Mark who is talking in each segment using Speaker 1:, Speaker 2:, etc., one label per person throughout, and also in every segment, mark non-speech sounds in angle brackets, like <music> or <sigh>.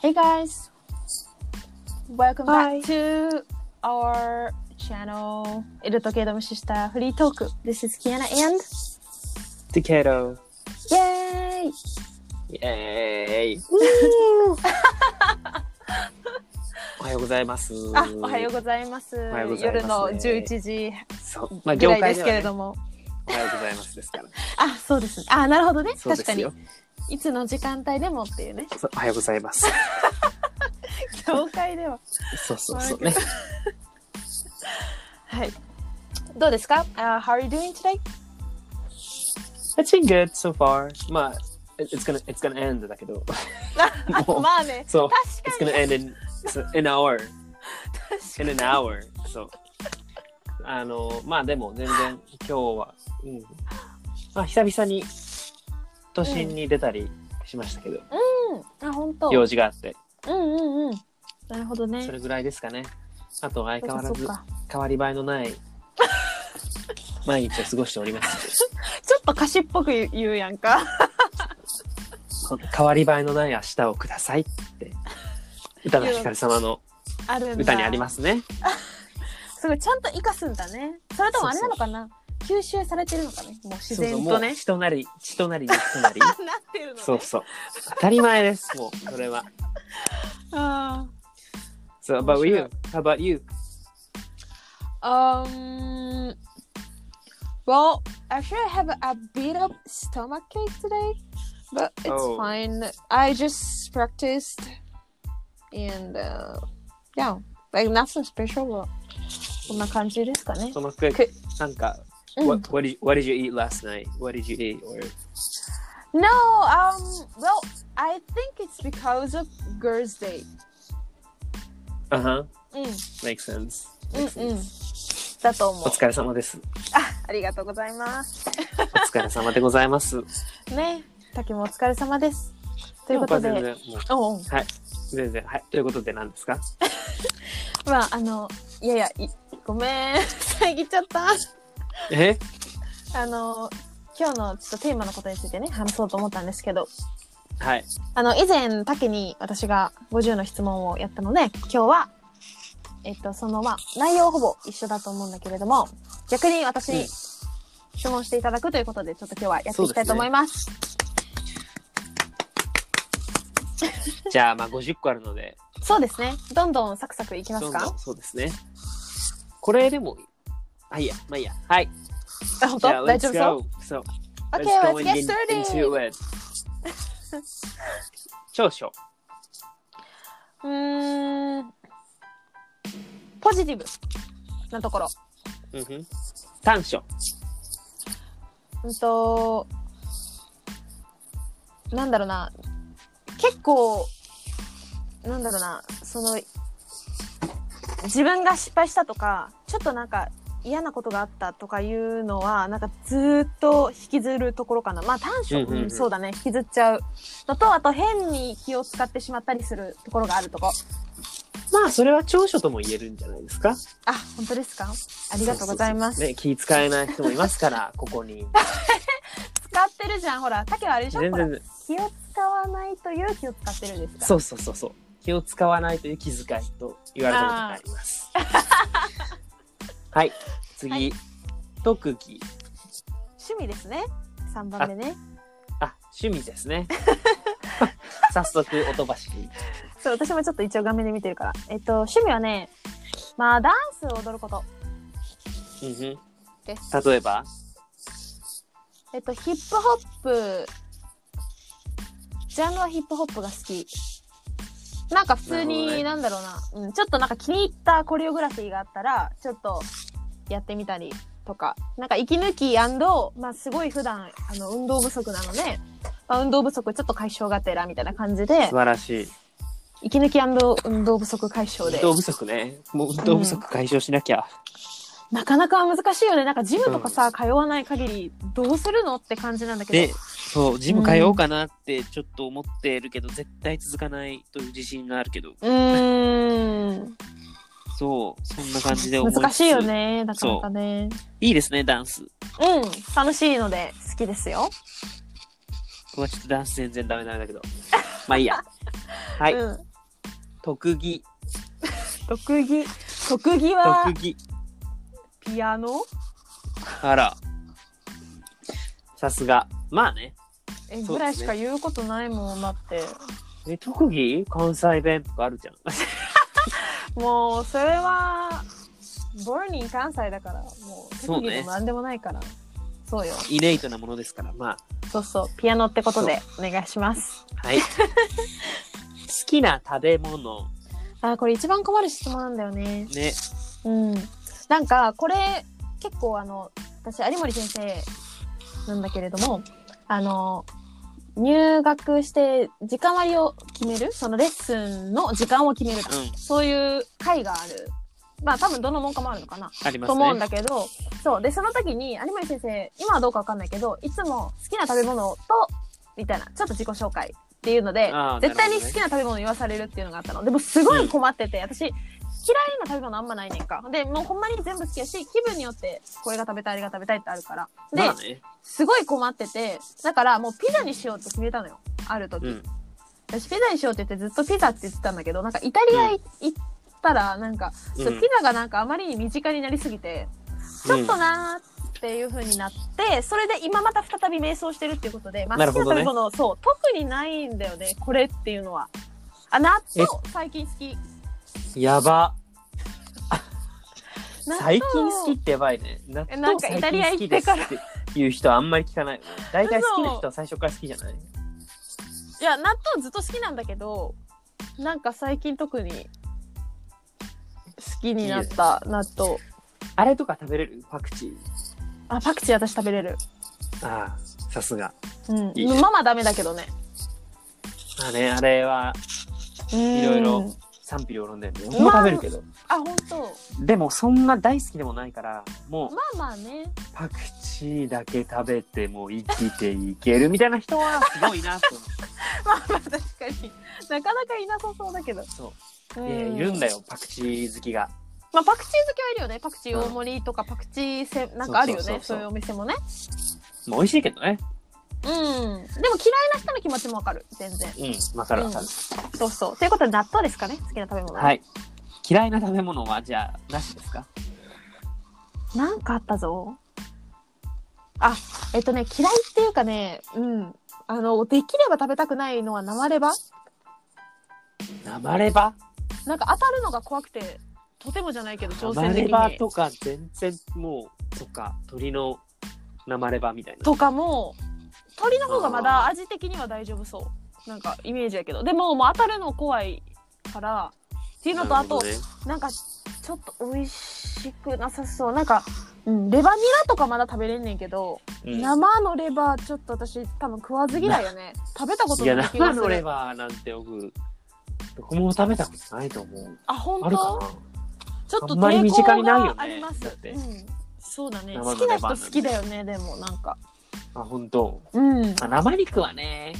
Speaker 1: Hey guys, welcome
Speaker 2: Hi.
Speaker 1: back to our channel. いるとけど無視したフリートーク。This is Kiana and
Speaker 2: Takedo.
Speaker 1: Yay! <laughs>
Speaker 2: Yay! おはようございます。
Speaker 1: あ、おはようございます。
Speaker 2: おはようございます
Speaker 1: 夜の11時
Speaker 2: そう。まあ、
Speaker 1: ぐ
Speaker 2: 業
Speaker 1: らいで
Speaker 2: 界ですは
Speaker 1: け
Speaker 2: ね
Speaker 1: れども。
Speaker 2: おはようございますです
Speaker 1: <laughs>
Speaker 2: から。
Speaker 1: あ、そうですね。あ、なるほどね。
Speaker 2: そうで
Speaker 1: 確か
Speaker 2: す
Speaker 1: に
Speaker 2: よ。。
Speaker 1: いつの時間帯でもっていうね。
Speaker 2: そうおはようござ
Speaker 1: <laughs>
Speaker 2: います。
Speaker 1: 業界では。
Speaker 2: そうそうそうね。
Speaker 1: はい。どうですか、uh, ?How are you doing today? <laughs>
Speaker 2: It's been good so far. まあ、it's gonna, it's gonna end だけど。もう
Speaker 1: まあね。
Speaker 2: そう。It's
Speaker 1: 確か
Speaker 2: gonna
Speaker 1: に。
Speaker 2: end in, so- in an hour.
Speaker 1: 確か
Speaker 2: in
Speaker 1: に
Speaker 2: an hour. そう。あの、まあでも全然今日は、うん。まあ久々に都心に出たりしましたけど、
Speaker 1: うん。あ、本当。
Speaker 2: 用事があって、
Speaker 1: うんうんうん。なるほどね
Speaker 2: そ。れぐらいですかね。あと相変わら
Speaker 1: そう
Speaker 2: ず
Speaker 1: か
Speaker 2: 変わり映えのない毎日を過ごしております。
Speaker 1: ちょっと歌詞っぽく言うやんか。
Speaker 2: 変わり映えのない明日をくださいって、宇多田ヒカル様の
Speaker 1: <laughs> あるんだ。
Speaker 2: 歌にありますね。
Speaker 1: す。すごい、ちゃんと生かすんだね。それともあれなのかな吸収されてるのかねもう自然
Speaker 2: そう
Speaker 1: と
Speaker 2: そうもう
Speaker 1: ね。
Speaker 2: 血となり、血となり、肉となり。
Speaker 1: なってるのね。
Speaker 2: そうそう。当たり前です、もう、それは。
Speaker 1: あ
Speaker 2: So about you? How about you?
Speaker 1: あ。Um, well, actually I have a bit of stomach ache today, but it's
Speaker 2: Oh.
Speaker 1: fine. I just practiced and, uh, yeah, like nothing special, but こんな感じですかね。
Speaker 2: そのくらい
Speaker 1: く
Speaker 2: なんか、
Speaker 1: うん
Speaker 2: what, what, did you, what did you eat last night? What did you eat? Or...
Speaker 1: No, um, well, I think it's because of Girls' Day.
Speaker 2: Uh huh.
Speaker 1: うん、
Speaker 2: Makes sense.
Speaker 1: うん、
Speaker 2: Makes
Speaker 1: うん
Speaker 2: sense.。
Speaker 1: だと思
Speaker 2: お
Speaker 1: う。
Speaker 2: 疲れ様です。
Speaker 1: あ、ありがとうございます。
Speaker 2: お疲れ様でございます。
Speaker 1: ね、滝もお疲れ様です。ということ
Speaker 2: 今日
Speaker 1: で、
Speaker 2: は全然もう
Speaker 1: おうおう
Speaker 2: 全然はい。ということで何ですか？
Speaker 1: まあ、あの、いやいや、いごめん、 <laughs> 遮っちゃった。
Speaker 2: え？
Speaker 1: あの、今日のちょっとテーマのことについてね、話そうと思ったんですけど、
Speaker 2: はい。
Speaker 1: あの、以前、滝に私が50の質問をやったので、今日は、えっと、その、まあ、内容ほぼ一緒だと思うんだけれども、逆に私
Speaker 2: う
Speaker 1: に
Speaker 2: ん
Speaker 1: 質問していただくということで、ちょっと今日はやっていきたいと思います。
Speaker 2: じゃあまあ50個あるので。
Speaker 1: そうですね。どんどんサクサクいきま
Speaker 2: ど
Speaker 1: す
Speaker 2: んどん
Speaker 1: か
Speaker 2: そうですね。これでもあいいやまあいいやはい。
Speaker 1: あ本
Speaker 2: じ
Speaker 1: 当
Speaker 2: ゃあ
Speaker 1: 大
Speaker 2: let's
Speaker 1: 丈夫
Speaker 2: go. So
Speaker 1: そう ?Okay,
Speaker 2: let's go
Speaker 1: let's get
Speaker 2: in- into
Speaker 1: started!
Speaker 2: it. 長所。
Speaker 1: うーん。ポジティブなところ。
Speaker 2: うんふん。短所。
Speaker 1: うんと、なんだろうな、結構、なんだろうな、その、自分が失敗したとか、ちょっとなんか嫌なことがあったとかいうのは、なんかずーっと引きずるところかな。まあ短所、
Speaker 2: うんうんうん
Speaker 1: うんそうだね、引きずっちゃうのと、あと変に気を使ってしまったりするところがあるとこ。
Speaker 2: まあそれは長所とも言えるんじゃないですか？
Speaker 1: あ、本当ですかありがとうございます。
Speaker 2: そうそうそうね、気使えない人もいますから、ここに。
Speaker 1: 使ってるじゃん、ほら、竹はあれでしょ
Speaker 2: 全
Speaker 1: ほら
Speaker 2: 然、
Speaker 1: 気を使わないという気を使ってるんですか
Speaker 2: そうそうそうそう。気を使わないという気遣いと言われたことがあります。はい、次、
Speaker 1: はい
Speaker 2: 特技、
Speaker 1: 趣味ですね。三番目ね。
Speaker 2: あ、趣味で
Speaker 1: <laughs>
Speaker 2: すね。早速、おとばしく。
Speaker 1: そう、私もちょっと一応画面で見てるから。えっと、趣味はね、まあ、ダンスを踊ること
Speaker 2: うんふん
Speaker 1: です。
Speaker 2: 例えば、
Speaker 1: えっと、ヒップホップ、ジャンルはヒップホップが好き。なんか普通に、なんだろうな、うん、ちょっとなんか気に入ったコレオグラフィーがあったら、ちょっとやってみたりとか、なんか息抜きまあすごい普段、あの、運動不足なので、まあ、運動不足ちょっと解消がてらみたいな感じで
Speaker 2: 素、晴らしい。
Speaker 1: 息抜き運動不足解消で
Speaker 2: 運。動不足ね。もう運動不足解消しなきゃ。
Speaker 1: なかなか難しいよね。なんかジムとかさ、通わない限りどうするのって感じなんだけ
Speaker 2: で
Speaker 1: ど。、
Speaker 2: そう、ジム通おうかなってちょっと思ってるけど、絶対続かないという自信があるけど、
Speaker 1: うーん。
Speaker 2: そう、そんな感じで思いつつ
Speaker 1: 難しいよ。ね。なかなかね。
Speaker 2: いいですね、ダンス。
Speaker 1: うん。楽しいので好きですよ。 <laughs>
Speaker 2: 僕はちょっとダンス全然ダメなんだけど。まあいいや。はい。
Speaker 1: うん。
Speaker 2: 特技
Speaker 1: 特技特技は
Speaker 2: 特技
Speaker 1: ピアノ
Speaker 2: あらさすがまあね
Speaker 1: え
Speaker 2: すね
Speaker 1: ぐらいしか言うことないもんだって
Speaker 2: え特技関西弁とかあるじゃん <laughs>
Speaker 1: もうそれはボルニー関西だからもう
Speaker 2: そ
Speaker 1: 特
Speaker 2: うね
Speaker 1: 技も何でもないからそう,、よ
Speaker 2: イネイトなものですからま
Speaker 1: そうそうピアノってことでお願いします <laughs>
Speaker 2: あはい好きな食べ物
Speaker 1: あこれ一番困る質問なんだよね
Speaker 2: ね
Speaker 1: うんなんかこれ結構あの私有森先生なんだけれどもあの入学して時間割を決めるそのレッスンの時間を決めるだ
Speaker 2: うん
Speaker 1: そういう会があるまあ多分どの文化もあるのかな
Speaker 2: ありま
Speaker 1: と
Speaker 2: す
Speaker 1: 思うん
Speaker 2: ね
Speaker 1: だけど、そう。で、その時に、有森先生、今はどうかわかんないけど、いつも好きな食べ物と、みたいな、ちょっと自己紹介っていうので、
Speaker 2: あー
Speaker 1: 絶対に
Speaker 2: なるほど
Speaker 1: 好
Speaker 2: ね
Speaker 1: きな食べ物言わされるっていうのがあったの。でも、すごい困ってて、私、嫌いな食べ物あんまないねんか。で、もうほんまに全部好きやし、気分によって、これが食べたい、あれが食べたいってあるから。で、
Speaker 2: まあね
Speaker 1: すごい困ってて、だからもうピザにしようって決めたのよ。ある時。
Speaker 2: うん
Speaker 1: 私ピザにしようって言ってずっとピザって言ってたんだけどなんかイタリア行ったらなんか、
Speaker 2: うん
Speaker 1: そうピザがなんかあまりに身近になりすぎて、ちょっとなーっていう風になってそれで今また再び迷走してるっていうことで、まあ、
Speaker 2: な
Speaker 1: 好
Speaker 2: る
Speaker 1: きな
Speaker 2: ほ
Speaker 1: 食
Speaker 2: ど
Speaker 1: べ
Speaker 2: ね
Speaker 1: 物、そう特にないんだよねこれっていうのは。あ納
Speaker 2: え
Speaker 1: 豆最近好き
Speaker 2: やば
Speaker 1: 納豆
Speaker 2: 最近好きってやばいね納
Speaker 1: え
Speaker 2: 豆
Speaker 1: なんかイタリア行ってから
Speaker 2: 最近好きですっていう人あんまり聞かないよね大体好きな人は最初から好きじゃない
Speaker 1: いや納豆ずっと好きなんだけどなんか最近特に好きになった納豆
Speaker 2: あれとか食べれるパクチー
Speaker 1: あパクチー私食べれる、
Speaker 2: ああさすが
Speaker 1: うん
Speaker 2: いいね
Speaker 1: ママダメだけどね
Speaker 2: あれあれはいいろいろ賛否両論だよね
Speaker 1: ん
Speaker 2: 俺も食べるけど
Speaker 1: あ本当
Speaker 2: でもそんな大好きでもないからもう
Speaker 1: まあまあね
Speaker 2: <laughs> パクチーだけ食べても生きていけるみたいな人はすごいなと
Speaker 1: <laughs>
Speaker 2: 思う
Speaker 1: まあまあ確かになかなかいなさそうだけど、
Speaker 2: そうういやいるん
Speaker 1: だ、
Speaker 2: だよパクチー好きが
Speaker 1: まあ、パクチー好きはいるよねパクチー大盛りとかパクチーせなんかあるよねそう
Speaker 2: そうそうそうそう
Speaker 1: いうお店もね
Speaker 2: まあ美味しいけどね
Speaker 1: うんでも嫌いな人の気持ちもわかる全然
Speaker 2: うんわかるわかる、
Speaker 1: そうそうということで納豆ですかね好きな食べ物は
Speaker 2: はい嫌いな食べ物はじゃあなしですか
Speaker 1: なんかあったぞ。あ、えっとね、嫌いっていうかね、うん。あの、できれば食べたくないのは生レバ
Speaker 2: 生レバ
Speaker 1: なんか当たるのが怖くて、とてもじゃないけど、挑
Speaker 2: 生
Speaker 1: 戦的
Speaker 2: レ
Speaker 1: に。
Speaker 2: バとか全然もうそっか鶏の生レバみたいな
Speaker 1: とかも、鳥の方がまだ味的には大丈夫そう。なんかイメージやけど。でも、もう当たるの怖いから、っていうのと、
Speaker 2: な
Speaker 1: あ
Speaker 2: るほ
Speaker 1: と
Speaker 2: ど、ね
Speaker 1: なんか、ちょっと美味しくなさそう。なんか、うん、レバニラとかまだ食べれんねんけど、
Speaker 2: うん
Speaker 1: 生のレバーちょっと私多分食わず嫌いよね食べたこと
Speaker 2: いや
Speaker 1: ない気が
Speaker 2: 生
Speaker 1: す
Speaker 2: のレ
Speaker 1: る
Speaker 2: バーなんて僕どこも食べたことないと思う
Speaker 1: あ本
Speaker 2: あるか
Speaker 1: 当
Speaker 2: な
Speaker 1: ちょっと
Speaker 2: あんまり
Speaker 1: 抵
Speaker 2: 身
Speaker 1: 抗
Speaker 2: 近にないよね
Speaker 1: があります
Speaker 2: だって
Speaker 1: うん、そうだね
Speaker 2: 生
Speaker 1: 好
Speaker 2: の
Speaker 1: きな
Speaker 2: レバーなん
Speaker 1: 人
Speaker 2: て
Speaker 1: 好きだよねでもなんか
Speaker 2: あ本当。
Speaker 1: うんうん
Speaker 2: まあ、生肉はね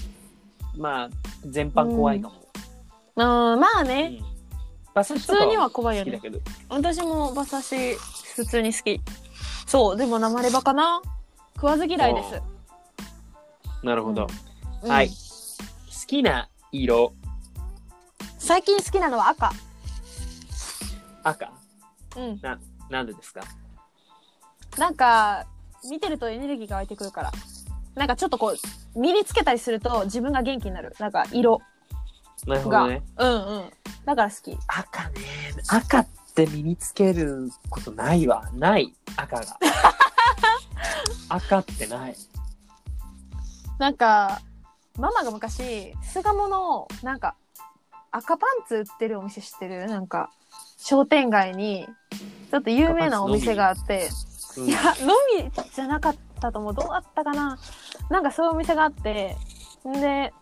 Speaker 2: まあ全般怖いかも、
Speaker 1: まあ
Speaker 2: うん
Speaker 1: ね
Speaker 2: 馬刺
Speaker 1: 普
Speaker 2: しと
Speaker 1: 通
Speaker 2: か
Speaker 1: には
Speaker 2: は
Speaker 1: 怖い
Speaker 2: 好
Speaker 1: よ
Speaker 2: きだ
Speaker 1: ね
Speaker 2: けど
Speaker 1: 私も馬刺し普通に好きそうでも生レバかな食わず嫌いです、
Speaker 2: なるほど、
Speaker 1: うん
Speaker 2: はい好きな色
Speaker 1: 最近好きなのは赤
Speaker 2: 赤
Speaker 1: うん
Speaker 2: ななんでですか
Speaker 1: なんか見てるとエネルギーが湧いてくるからなんかちょっとこう身につけたりすると自分が元気になるなんか色
Speaker 2: なるほ
Speaker 1: が、
Speaker 2: どね
Speaker 1: うんうんだから好き
Speaker 2: 赤ね赤って身につけることないわない赤 <laughs> が赤ってない
Speaker 1: なんかママが昔巣鴨のなんか赤パンツ売ってるお店知ってるなんか商店街にちょっと有名なお店があって
Speaker 2: うん
Speaker 1: いやのみじゃなかったと思うどうだったかななんかそういうお店があってんで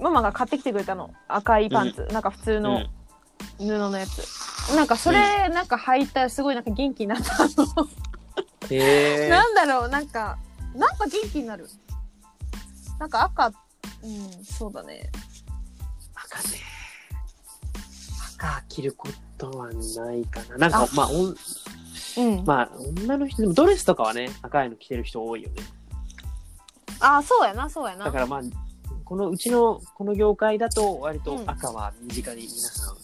Speaker 1: ママが買ってきてくれたの赤いパンツ、なんか普通
Speaker 2: う
Speaker 1: の
Speaker 2: ん
Speaker 1: 布のやつ、なんかそれなんか履いたらすごいなんか元気になったの
Speaker 2: へー
Speaker 1: なんだろう、なんか、なんか元気になる。なんか赤、うん、そうだね。
Speaker 2: 赤ね赤着ることはないかななんか
Speaker 1: あ
Speaker 2: まあおん
Speaker 1: うん。
Speaker 2: まあ女の人でもドレスとかはね赤いの着てる人多いよね
Speaker 1: あ、そうやな、そうやな。
Speaker 2: だからまあ好このうちのこの業界だと割
Speaker 1: う
Speaker 2: と
Speaker 1: ん
Speaker 2: 赤は身近に皆さん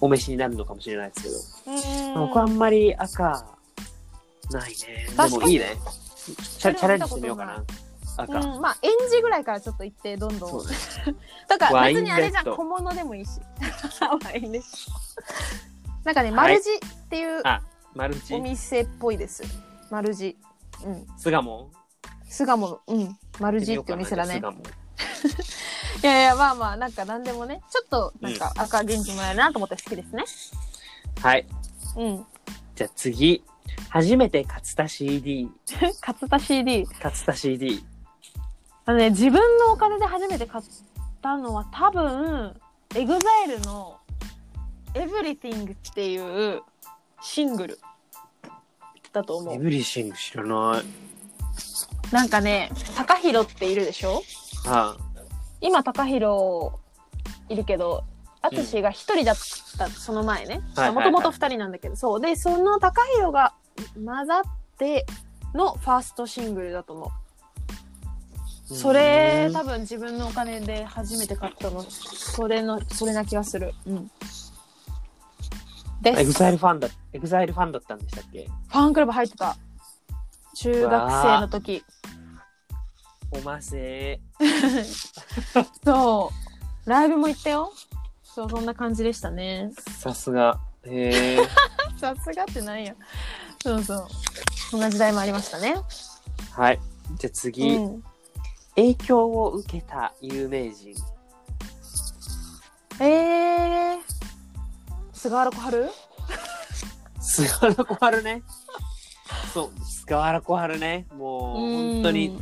Speaker 2: お召しになるのかもしれないですけど、
Speaker 1: うん
Speaker 2: 僕はあんまり赤ないね
Speaker 1: 確
Speaker 2: で
Speaker 1: かに
Speaker 2: もいいねチャ
Speaker 1: それは見たことない
Speaker 2: チャレンジしてみようかな赤、
Speaker 1: うん、まあ、演じぐらいからちょっと行って、どんどん。
Speaker 2: そうね
Speaker 1: <laughs> だから
Speaker 2: ワイン
Speaker 1: 別にあれじゃん
Speaker 2: レッド
Speaker 1: 小物でもいい
Speaker 2: <laughs>
Speaker 1: しワインレッドなんかね、マルジっていう
Speaker 2: あマルチ
Speaker 1: お店っぽいですマルジうん
Speaker 2: 巣鴨
Speaker 1: 巣鴨うんマルジってお店だね
Speaker 2: 行ってみようかな
Speaker 1: いやいやまあまあなんか何でもねちょっとなんか赤元気もらえるなと思って好きですね
Speaker 2: 巣鴨はい
Speaker 1: うん
Speaker 2: じゃあ次初めて勝田 CD
Speaker 1: 勝田 CD
Speaker 2: 勝田 CD
Speaker 1: あのね自分のお金で初めて買ったのは多分エグザイルの「エブリティング」っていうシングルだと思
Speaker 2: エ
Speaker 1: う
Speaker 2: ブリシング知らない
Speaker 1: なんかね高弘っているでしょ
Speaker 2: は
Speaker 1: 今高弘いるけど淳が一人だった、その前ね
Speaker 2: はいはいはい
Speaker 1: もともと二人なんだけどそうでその高弘が混ざってのファーストシングルだと思う
Speaker 2: い
Speaker 1: それ
Speaker 2: うん
Speaker 1: 多分自分のお金で初めて買ったのそれのそれな気がするうんで
Speaker 2: エグ
Speaker 1: す
Speaker 2: ザイルファンだエグザイルファンだったんでしたっけ
Speaker 1: ファンクラブ入ってた中学生の時
Speaker 2: おませ
Speaker 1: そうライブも行ったよそうそんな感じでしたね
Speaker 2: さすがへえ <laughs>
Speaker 1: さすがってないよ。そうそう。そんな時代もありましたね。
Speaker 2: はいじゃあ次、
Speaker 1: うん
Speaker 2: 影響を受けた有名人
Speaker 1: えー、菅原小春
Speaker 2: 菅原小春ねそう菅原小春ねもう本当に。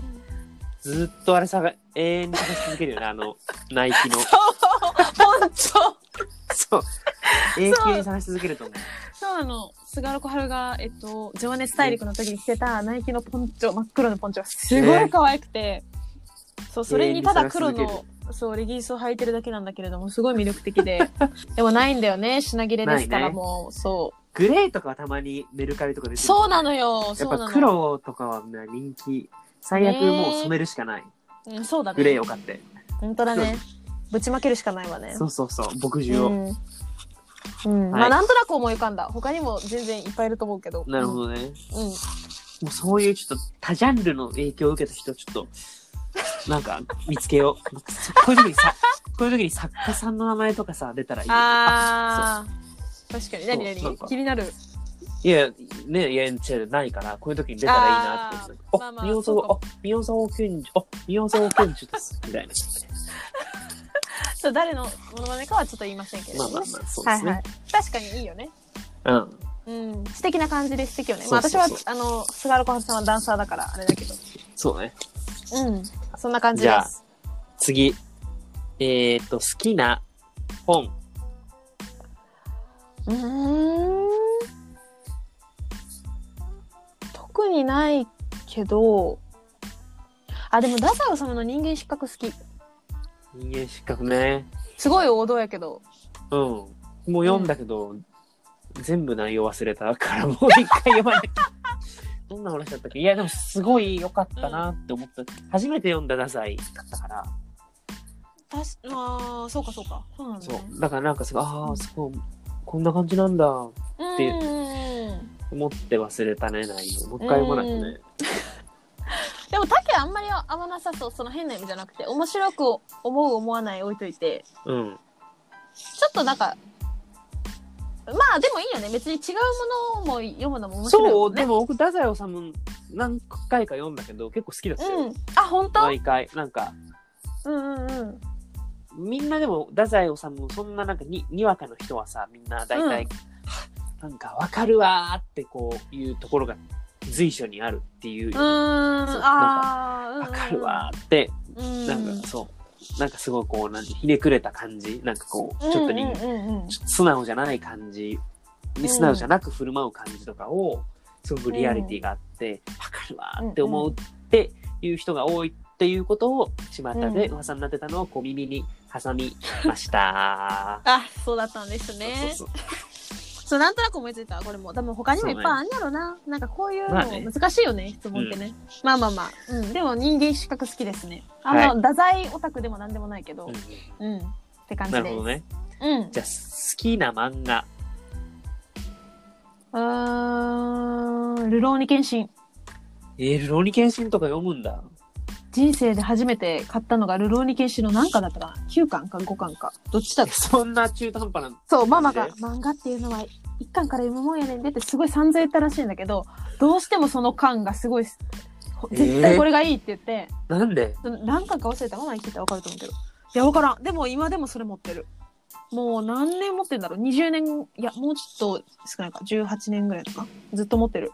Speaker 2: ずっとあれさが永遠に探し続けるよねあのナイ
Speaker 1: <laughs>
Speaker 2: キの
Speaker 1: 本当
Speaker 2: そう永久に探し続けると思う
Speaker 1: そうなの。菅原小春が、えっと、情熱大陸の時に着てたナイキのポンチョ、真っ黒のポンチョがすごい可愛くて、そう、それにただ黒
Speaker 2: 永遠に探し
Speaker 1: の、そう、レギンスを履いてるだけなんだけれども、すごい魅力的
Speaker 2: <laughs>
Speaker 1: で。でもないんだよね、品切れですか
Speaker 2: な
Speaker 1: ら、
Speaker 2: いね
Speaker 1: もう、そ
Speaker 2: グレーとかはたまにメルカリとか出
Speaker 1: う。
Speaker 2: てる
Speaker 1: そうなのよ、
Speaker 2: や
Speaker 1: そ
Speaker 2: っ
Speaker 1: うなの。
Speaker 2: ぱ、黒とかはみんな人気最悪もう染めるしかない、
Speaker 1: うん、そうだね。
Speaker 2: グレーを買って
Speaker 1: 本当だね。ぶちまけるしかないわね。
Speaker 2: そうそうそう牧
Speaker 1: う
Speaker 2: 汁を、
Speaker 1: ん。うん
Speaker 2: はい
Speaker 1: まあ、なんとなく思い浮かんだ。他にも全然いっぱいいると思うけど。
Speaker 2: なるほどね、
Speaker 1: ど。うん。
Speaker 2: もうそういうちょっと多ジャンルの影響を受けた人ちょっとなんか見つけようこういう時にさこういう時に作家さんの名前とかさ出たらいいよね
Speaker 1: あー。確かに。何
Speaker 2: そうなん
Speaker 1: 何
Speaker 2: か
Speaker 1: 気になる。
Speaker 2: いや、ね、いや、違う、ないから、こういう時に出たらいいなって思って。
Speaker 1: あー
Speaker 2: あ、
Speaker 1: まあまあ
Speaker 2: 宮
Speaker 1: そうか
Speaker 2: 沢、あ
Speaker 1: も、
Speaker 2: 宮沢賢治、あ、宮沢賢治です、みたいな。
Speaker 1: そう誰のものまねかはちょっと言いませんけれ
Speaker 2: まあ
Speaker 1: ど
Speaker 2: ま
Speaker 1: も
Speaker 2: あ
Speaker 1: ね。
Speaker 2: まあ、そうで
Speaker 1: は
Speaker 2: す
Speaker 1: い
Speaker 2: ね。
Speaker 1: はい。確かにいいよね。
Speaker 2: うん。
Speaker 1: うん。素敵な感じで素敵よね。まあ
Speaker 2: そう
Speaker 1: 私
Speaker 2: そう
Speaker 1: は
Speaker 2: そう、
Speaker 1: あの、菅原小春さんはダンサーだから、あれだけど。
Speaker 2: そうね。
Speaker 1: うん。そんな感じ
Speaker 2: じ
Speaker 1: で
Speaker 2: ゃあ
Speaker 1: す。
Speaker 2: 次。えー、っと、好きな本。
Speaker 1: うーん。特にないけど、あ、でも、太宰治の人間失格好き。
Speaker 2: 人間失格ね。
Speaker 1: すごい王道やけど。
Speaker 2: うん。もう読んだけど、全部内容忘れたから、もう一回読まなきゃ。 <laughs> どんな話だったっけいや、でもすごい良かったなって思った。初めて読んだ太宰だったから。
Speaker 1: たし、まあ、そうかそうか。そうなんだ、
Speaker 2: そ
Speaker 1: ね。
Speaker 2: う。だからなんかすごい、ああ、すごい、こんな感じなんだ。
Speaker 1: う
Speaker 2: ってい
Speaker 1: ん。
Speaker 2: 思って忘れたね、内容。もう一回読まないとね。
Speaker 1: でも、竹あんまり合わなさそう。その変な意味じゃなくて、面白く思う思わない置いといて、
Speaker 2: うん。
Speaker 1: ちょっとなんか、まあ、でもいいよね。別に違うものも読むのも面白い
Speaker 2: そ
Speaker 1: も
Speaker 2: う、
Speaker 1: んね。
Speaker 2: でも僕、太宰治何回か読んだけど、結構好きだったよ。
Speaker 1: うん。あ、本当？
Speaker 2: 毎回。なんか、
Speaker 1: うんうんうん。
Speaker 2: みんなでも太宰治そんななんかに、にわかの人はさ、みんな大体、はなんかわかるわーってこういうところが随所にあるっていう
Speaker 1: うー
Speaker 2: よ
Speaker 1: ん。
Speaker 2: ね。
Speaker 1: ああ。
Speaker 2: わかるわーって、
Speaker 1: うん。
Speaker 2: なんかそう。なんかすごいこう、なんひねくれた感じ。なんかこう、ちょっと
Speaker 1: うんうんう
Speaker 2: 人
Speaker 1: んうん
Speaker 2: ちょっと素直じゃない感じ
Speaker 1: ん
Speaker 2: 素直じゃなく振る舞う感じとかをすごくリアリティがあって、わかるわーって思うっていう人が多いっていうことを巷で
Speaker 1: うん。
Speaker 2: 噂になってたのを小耳に挟みました <laughs>
Speaker 1: あ、そうだったんですね。
Speaker 2: そうそうそう
Speaker 1: そう、なんとなく思いついたわこれも。多分他にもいっぱいあんやろな。なんかこういう
Speaker 2: まあね
Speaker 1: の難しいよね、質問ってね。まあまあまあ。うん。でも人間資格好きですね。あ
Speaker 2: はい
Speaker 1: の、太宰オタクでもなんでもないけど。うん。って感じ
Speaker 2: な
Speaker 1: です。
Speaker 2: るほどね。
Speaker 1: うん。
Speaker 2: じゃあ、好きな漫画。
Speaker 1: うーん。ルローニケンシン。
Speaker 2: えー、ルロニケンシンとか読むんだ。
Speaker 1: 人生で初めて買ったのがルローニケンシンの何巻だったかな ?9 巻か5巻か。どっちだった
Speaker 2: そんな中途半端なの。
Speaker 1: そう、ママが
Speaker 2: マジ
Speaker 1: 漫画っていうのは一巻から読むもんやねんでってすごい散々言ったらしいんだけど、どうしてもその巻がすごい、ほ絶対これがいいって言って、
Speaker 2: なんで
Speaker 1: その何巻か忘れたママに聞いたらわかると思うけど。いや、わからん。でも今でもそれ持ってる。もう何年持ってんだろう ?20 年、いや、もうちょっと少ないか。18年ぐらいとか。ずっと持ってる。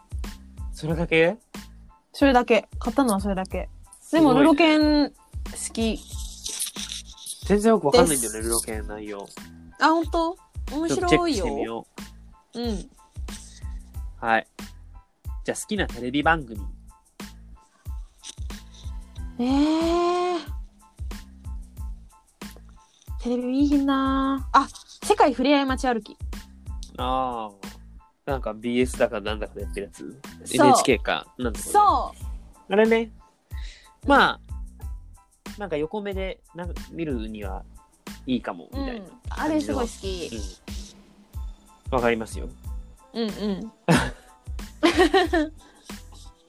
Speaker 2: それだけ
Speaker 1: それだけ。買ったのはそれだけ。
Speaker 2: す
Speaker 1: で
Speaker 2: ごいね
Speaker 1: も、ルロケン好き。
Speaker 2: 全然よくわかんないんだよね、ルロケン内容。
Speaker 1: あ、本当面
Speaker 2: ちょっとチェッ
Speaker 1: 白
Speaker 2: ク
Speaker 1: い
Speaker 2: してみ
Speaker 1: よ。
Speaker 2: よ
Speaker 1: うん。
Speaker 2: う。はい。じゃあ、好きなテレビ番組。
Speaker 1: ええテレビいいなあ、世界ふれあい街歩き。
Speaker 2: ああ。なんか BS だかなんだかでやってるやつ。
Speaker 1: そう
Speaker 2: NHK か。なんだかね
Speaker 1: そう。
Speaker 2: あれね。まあ、なんか横目でなんか見るにはいいかも、み
Speaker 1: う
Speaker 2: たい
Speaker 1: ん
Speaker 2: な。。
Speaker 1: あれすごい好き。
Speaker 2: うんわかりますよ。
Speaker 1: うんうん。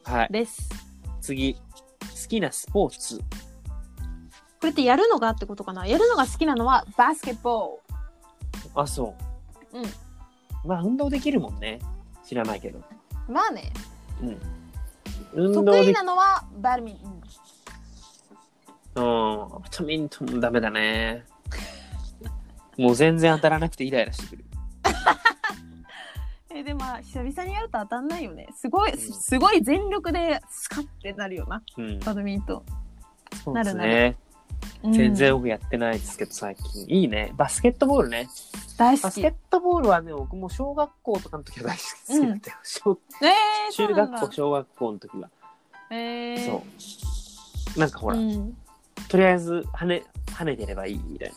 Speaker 2: はい。
Speaker 1: です。
Speaker 2: 次。好きなスポーツ。
Speaker 1: これってやるのがってことかなやるのが好きなのはバスケットボ
Speaker 2: あ、そうう。ん。まあ、運動できるもんね。知らないけど。
Speaker 1: ール。まあね。
Speaker 2: うん。運動
Speaker 1: 得意
Speaker 2: でき
Speaker 1: なのはバドミントン。
Speaker 2: うん。バドミントンダメだね。もう全然当たらなくてイライラしてくる。
Speaker 1: えでもまあ久々にやると当たんないよね。すごい、
Speaker 2: ん
Speaker 1: すすごい全力でスカッてなるよな、
Speaker 2: うん。
Speaker 1: バドミント
Speaker 2: そうです
Speaker 1: なる
Speaker 2: ね。
Speaker 1: ン。
Speaker 2: 全然
Speaker 1: うん
Speaker 2: 僕やってないですけど、最近。いいね。バスケットボールね。
Speaker 1: 大好
Speaker 2: バス
Speaker 1: き。
Speaker 2: ケ
Speaker 1: え
Speaker 2: ットボールはね、僕も小学校とかの時は大好きだったよ。小
Speaker 1: ー、そう
Speaker 2: 中
Speaker 1: な
Speaker 2: 学
Speaker 1: ん
Speaker 2: 校、
Speaker 1: だ。
Speaker 2: 小学校の時は。
Speaker 1: えー、
Speaker 2: そう。なんかほら、
Speaker 1: うん
Speaker 2: とりあえず跳ね、跳ねてればいいみたいな。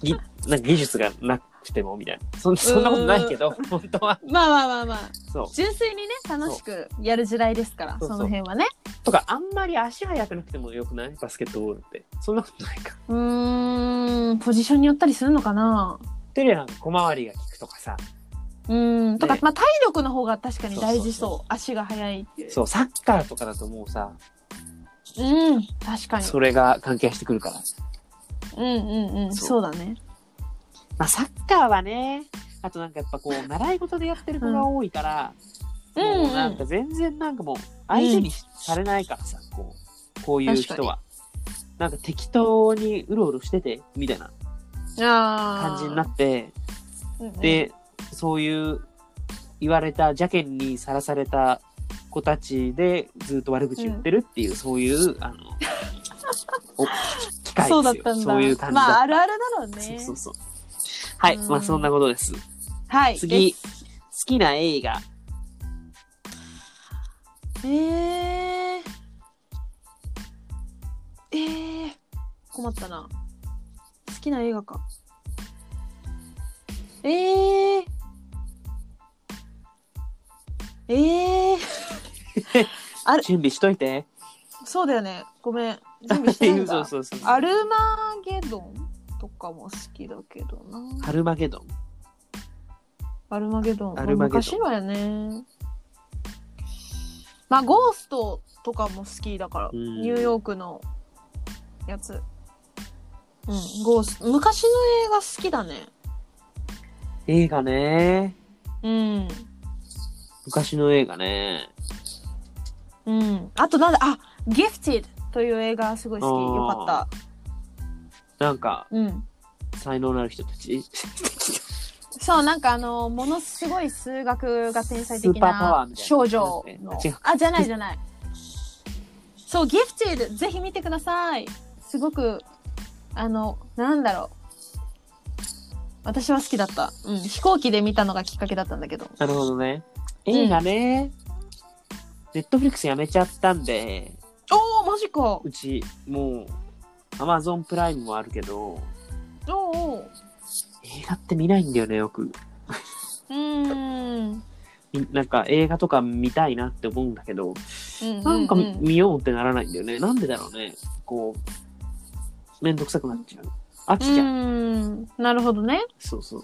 Speaker 2: ぎ <laughs> なんか技術がなくてもみたいな。そんそんなことないけど、本当は。
Speaker 1: まあまあまあまあ
Speaker 2: そう。
Speaker 1: 純粋にね楽しくやる時代ですから
Speaker 2: そ
Speaker 1: そう
Speaker 2: そう
Speaker 1: の辺はね
Speaker 2: とか、あんまり足速くなくてもよくないバスケットボールって。そんなことないか。
Speaker 1: うーんポジションによったりするのかな
Speaker 2: テレなんか小回りが効くとかさ。
Speaker 1: うーんとか、
Speaker 2: ね
Speaker 1: まあ体力の方が確かに大事そう
Speaker 2: そう
Speaker 1: 足が速いっていう
Speaker 2: そう、サッカーとかだともうさ、
Speaker 1: うん確かに
Speaker 2: それが関係してくるから。
Speaker 1: うんうんうん
Speaker 2: そう
Speaker 1: そうだね
Speaker 2: まあ、サッカーはね、あとなんかやっぱこう、習い事でやってる子が多いから、
Speaker 1: うん
Speaker 2: もうなんか全然なんかもう、相手にされないからさ、こう、こういう人は。なんか適当にうろうろしてて、みたいな
Speaker 1: あ
Speaker 2: 感じにな
Speaker 1: て、
Speaker 2: って、
Speaker 1: うんうん、
Speaker 2: で、そういう言われた邪険にさらされた子たちでずっと悪口言ってるっていう、そういう、
Speaker 1: <laughs>
Speaker 2: あの、お機会ですよ。
Speaker 1: そうだったんだ
Speaker 2: そういう感じだった。
Speaker 1: まああるあるだろうね
Speaker 2: そうそうそう。はい、
Speaker 1: うん
Speaker 2: まあそんなことです。
Speaker 1: はい
Speaker 2: 次、
Speaker 1: で
Speaker 2: 好きな映画。
Speaker 1: えー、えー、困ったな好きな映画かえー、えー、
Speaker 2: 準備しといて。
Speaker 1: そうだよねごめん準備してない
Speaker 2: <laughs>
Speaker 1: ん
Speaker 2: そう
Speaker 1: だ
Speaker 2: そうそうそう。
Speaker 1: アルマゲドンとかも好きだけど
Speaker 2: ア
Speaker 1: な
Speaker 2: ルマゲドン。
Speaker 1: アルマゲドン
Speaker 2: アルマゲドン
Speaker 1: 昔のやねまあゴーストとかも好きだから
Speaker 2: うん
Speaker 1: ニューヨークのやつ。うん、ゴース昔の映画好きだね。
Speaker 2: 映画ね。
Speaker 1: うん。
Speaker 2: 昔の映画ね。
Speaker 1: うん。あとなんだ、あ、ギフティッドという映画すごい好き。
Speaker 2: あー
Speaker 1: よかっ
Speaker 2: なんか、
Speaker 1: た。うん。
Speaker 2: 才能のある人たち。
Speaker 1: そう、なんかあの、ものすごい数学が天才
Speaker 2: ス
Speaker 1: 的
Speaker 2: ーパーパワー
Speaker 1: な
Speaker 2: みたいな
Speaker 1: 少女の
Speaker 2: 違う。
Speaker 1: あ、じゃないじゃない。そう、ギフティッドぜひ見てください。すごく、あの、なんだろう。私は好きだった。うん。飛行機で見たのがきっかけだったんだけど。
Speaker 2: なるほどね。
Speaker 1: うん
Speaker 2: 映画ね。ネットフリックスやめちゃったんで、
Speaker 1: おー、マジか。
Speaker 2: うち、もう、アマゾンプライムもあるけど、
Speaker 1: おうおう
Speaker 2: 映画って見ないんだよね、よく。
Speaker 1: うーん。
Speaker 2: なんか映画とか見たいなって思うんだけど、
Speaker 1: な
Speaker 2: なんか見ようってならないんだよね。なんでだろうね。こう、めんどくさくなっちゃう。飽きちゃう。
Speaker 1: ん。なるほどね。
Speaker 2: そうそう。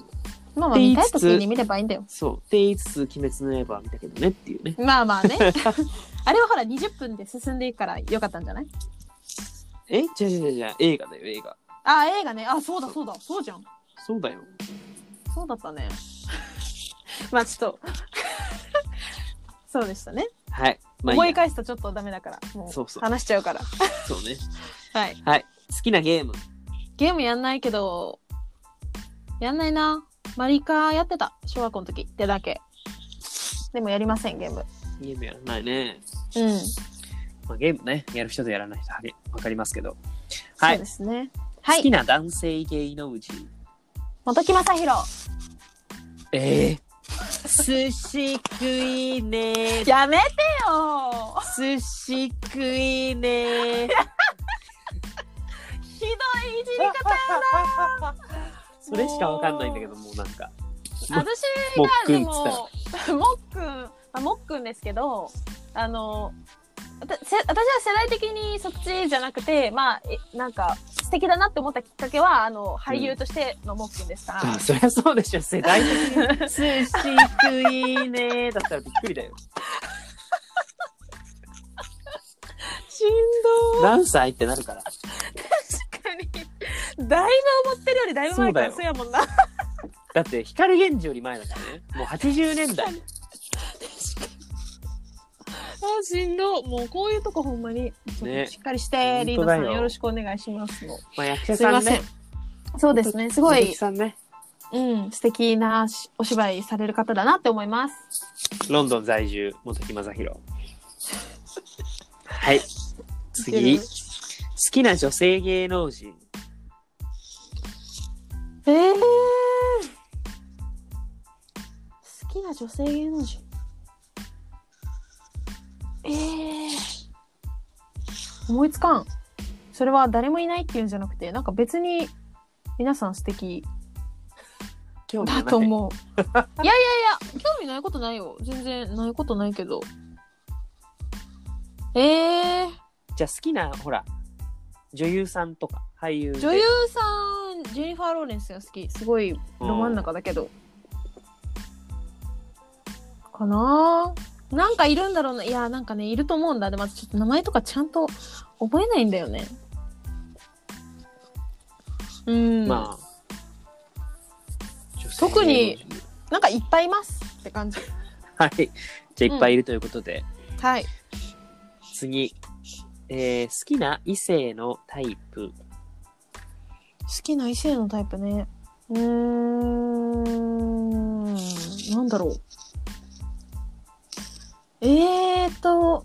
Speaker 1: まあまあ
Speaker 2: って言い
Speaker 1: 見
Speaker 2: つ
Speaker 1: たい時
Speaker 2: つ
Speaker 1: に見ればいいんだよ。
Speaker 2: そう。って言いつつ、鬼滅の刃見たけどねっていうね。
Speaker 1: まあまあ
Speaker 2: <laughs>
Speaker 1: ね。あれはほら20分で進んでいくからよかったんじゃない
Speaker 2: えじゃじゃじゃじゃ映画だよ、映画。
Speaker 1: ああ、映画ね。あ、そうだそうだ。そうじゃん。
Speaker 2: そうだよ。
Speaker 1: そうだったね。 <laughs> まあちょっと。 <laughs> そうでしたね。
Speaker 2: はい。まあいいや
Speaker 1: 思い返すとちょっとダメだから。も
Speaker 2: そうそう
Speaker 1: う話しちゃうから。
Speaker 2: そうね。
Speaker 1: はい。
Speaker 2: はい。好きなゲーム。
Speaker 1: ゲームやんないけど、やんないな。マリカやってた。小学校の時ってだけ。でもやりません、ゲーム。
Speaker 2: ゲームやらないね。
Speaker 1: うん。
Speaker 2: まあ、ゲームね、やる人とやらない人はげ、わかりますけど。は
Speaker 1: そう
Speaker 2: い
Speaker 1: で。すね。は
Speaker 2: 好き
Speaker 1: い。
Speaker 2: な男性芸能人。
Speaker 1: 元木正宏。
Speaker 2: ええ寿司食いねー。
Speaker 1: やめてよ
Speaker 2: 寿司食いねー。
Speaker 1: ひどいいじり方。
Speaker 2: <laughs> それしかわかんないんだけど、もうなんか。
Speaker 1: 私
Speaker 2: もっ
Speaker 1: が
Speaker 2: く
Speaker 1: で
Speaker 2: んっつった
Speaker 1: も、
Speaker 2: ら
Speaker 1: もっくん、あもっくんですけど、あの、わたせ私は世代的にそっちじゃなくて、まあ、えなんか、素敵だなって思ったきっかけは、あの、俳優としてのもっくん
Speaker 2: <laughs>
Speaker 1: ですから。
Speaker 2: あ、そりゃそうでしょ、世代的に。寿司食いねーだったらびっくりだよ。
Speaker 1: しんど
Speaker 2: 何歳ってなるから。
Speaker 1: 確かに。だいぶ思ってるよりだいぶ前から
Speaker 2: そ
Speaker 1: そううやもんな。確か
Speaker 2: だって、光源氏より前だからね。もう80年代。
Speaker 1: に。あ、しんど。もうこういうとこほんまに、ちょっ
Speaker 2: ね
Speaker 1: としっかりして、リードさ
Speaker 2: 本当
Speaker 1: ん
Speaker 2: だよ
Speaker 1: よろしくお願いします。もう
Speaker 2: まあ、役者さん
Speaker 1: す
Speaker 2: ね。
Speaker 1: いませんそうですね。すご
Speaker 2: 鈴木
Speaker 1: い、
Speaker 2: さんね。
Speaker 1: うん、素敵なしお芝居される方だなって思います。
Speaker 2: ロンドン在住、元木正宏。はい。次。
Speaker 1: いけ
Speaker 2: 好
Speaker 1: る
Speaker 2: きな女性芸能人。
Speaker 1: えー、好きな女性芸能人えー、思いつかんそれは誰もいないっていうんじゃなくてなんか別に皆さん素敵
Speaker 2: 興味
Speaker 1: だと思ういやいやいや興味ないことないよ全然ないことないけどえー、
Speaker 2: う。じゃあ好きな、ほら、女優さんとか、俳優で。
Speaker 1: 女優さんジェニファー・ローレンスが好きすごいど真ん中だけど。かなぁなんかいるんだろうな。いや、なんかね、いると思うんだ。でも、ちょっと名前とかちゃんと覚えないんだよね。うん。
Speaker 2: まあ。女性
Speaker 1: 特に
Speaker 2: 芸能人
Speaker 1: なんかいっぱいいますって感じ。
Speaker 2: はい。じゃあいっぱいいるということで、
Speaker 1: はい。
Speaker 2: 次。えー好きな異性のタイプ。
Speaker 1: 好きな異性のタイプね。うーん。なんだろう。えーと。好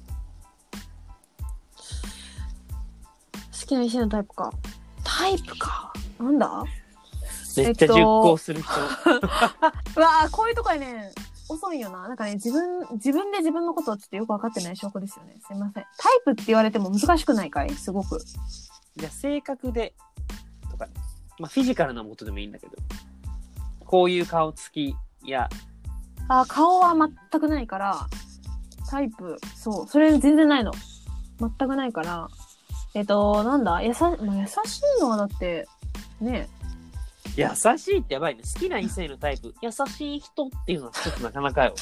Speaker 1: きな異性のタイプか。タイプか。なんだわ
Speaker 2: めっちゃ熟考する人。
Speaker 1: あ、こういうとこにね、遅いよな。なんかね、自分、自分で自分のことをちょっとよくわかってない証拠ですよね。すいません。タイプって言われても難しくないかいすごく。
Speaker 2: じゃあ性格でとか、まあ、フィジカルなことでもいいんだけどこういう顔つきや
Speaker 1: あ顔は全くないからタイプそうそれ全然ないの全くないからえっとなんだやさ、まあ優しいのはだってね
Speaker 2: 優しいってやばいね好きな異性のタイプ優しい人っていうのはちょっとなか
Speaker 1: <laughs>
Speaker 2: なかよ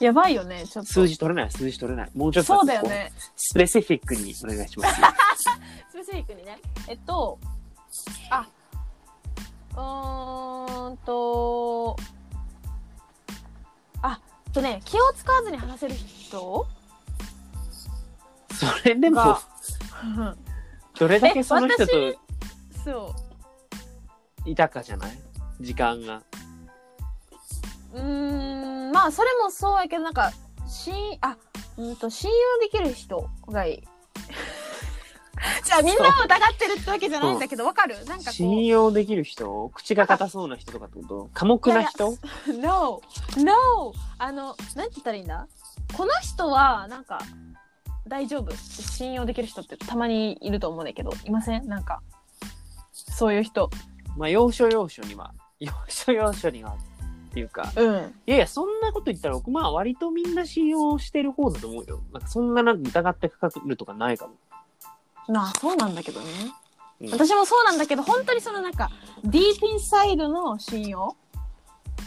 Speaker 1: やばいよねちょっと
Speaker 2: 数字取れない数字取れないもうちょっと
Speaker 1: そうだよね
Speaker 2: スペシフィックにお願いします
Speaker 1: スペシフィックにねえっとあうーんとあえっとね気を使わずに話せる人 <laughs>
Speaker 2: それでも
Speaker 1: が
Speaker 2: どれだけその人と
Speaker 1: そう
Speaker 2: いたかじゃない時間が
Speaker 1: うーんまあそれもそうやけどなんかしあうんと信用できる人がいい <laughs> じゃあみんなを疑ってるってわけじゃないんだけどわかるなんか
Speaker 2: 信
Speaker 1: こ
Speaker 2: 用できる人口が硬そうな人とかってこと寡黙な人
Speaker 1: う <laughs> No No あのなんて言ったらいいんだこの人はなんか大丈夫信用できる人ってたまにいると思うねんだけどいませんなんかそういう人
Speaker 2: <laughs> まあ要所要所には要所要所にはっていうか、
Speaker 1: うん。
Speaker 2: いやいや、そんなこと言ったら僕、まあ割とみんな信用してる方だと思うよ。なんかそんななんか疑ってかかるとかないかも。
Speaker 1: まあそうなんだけどね、
Speaker 2: うん
Speaker 1: 私もそうなんだけど本当にそのなんかディープインサイドの信用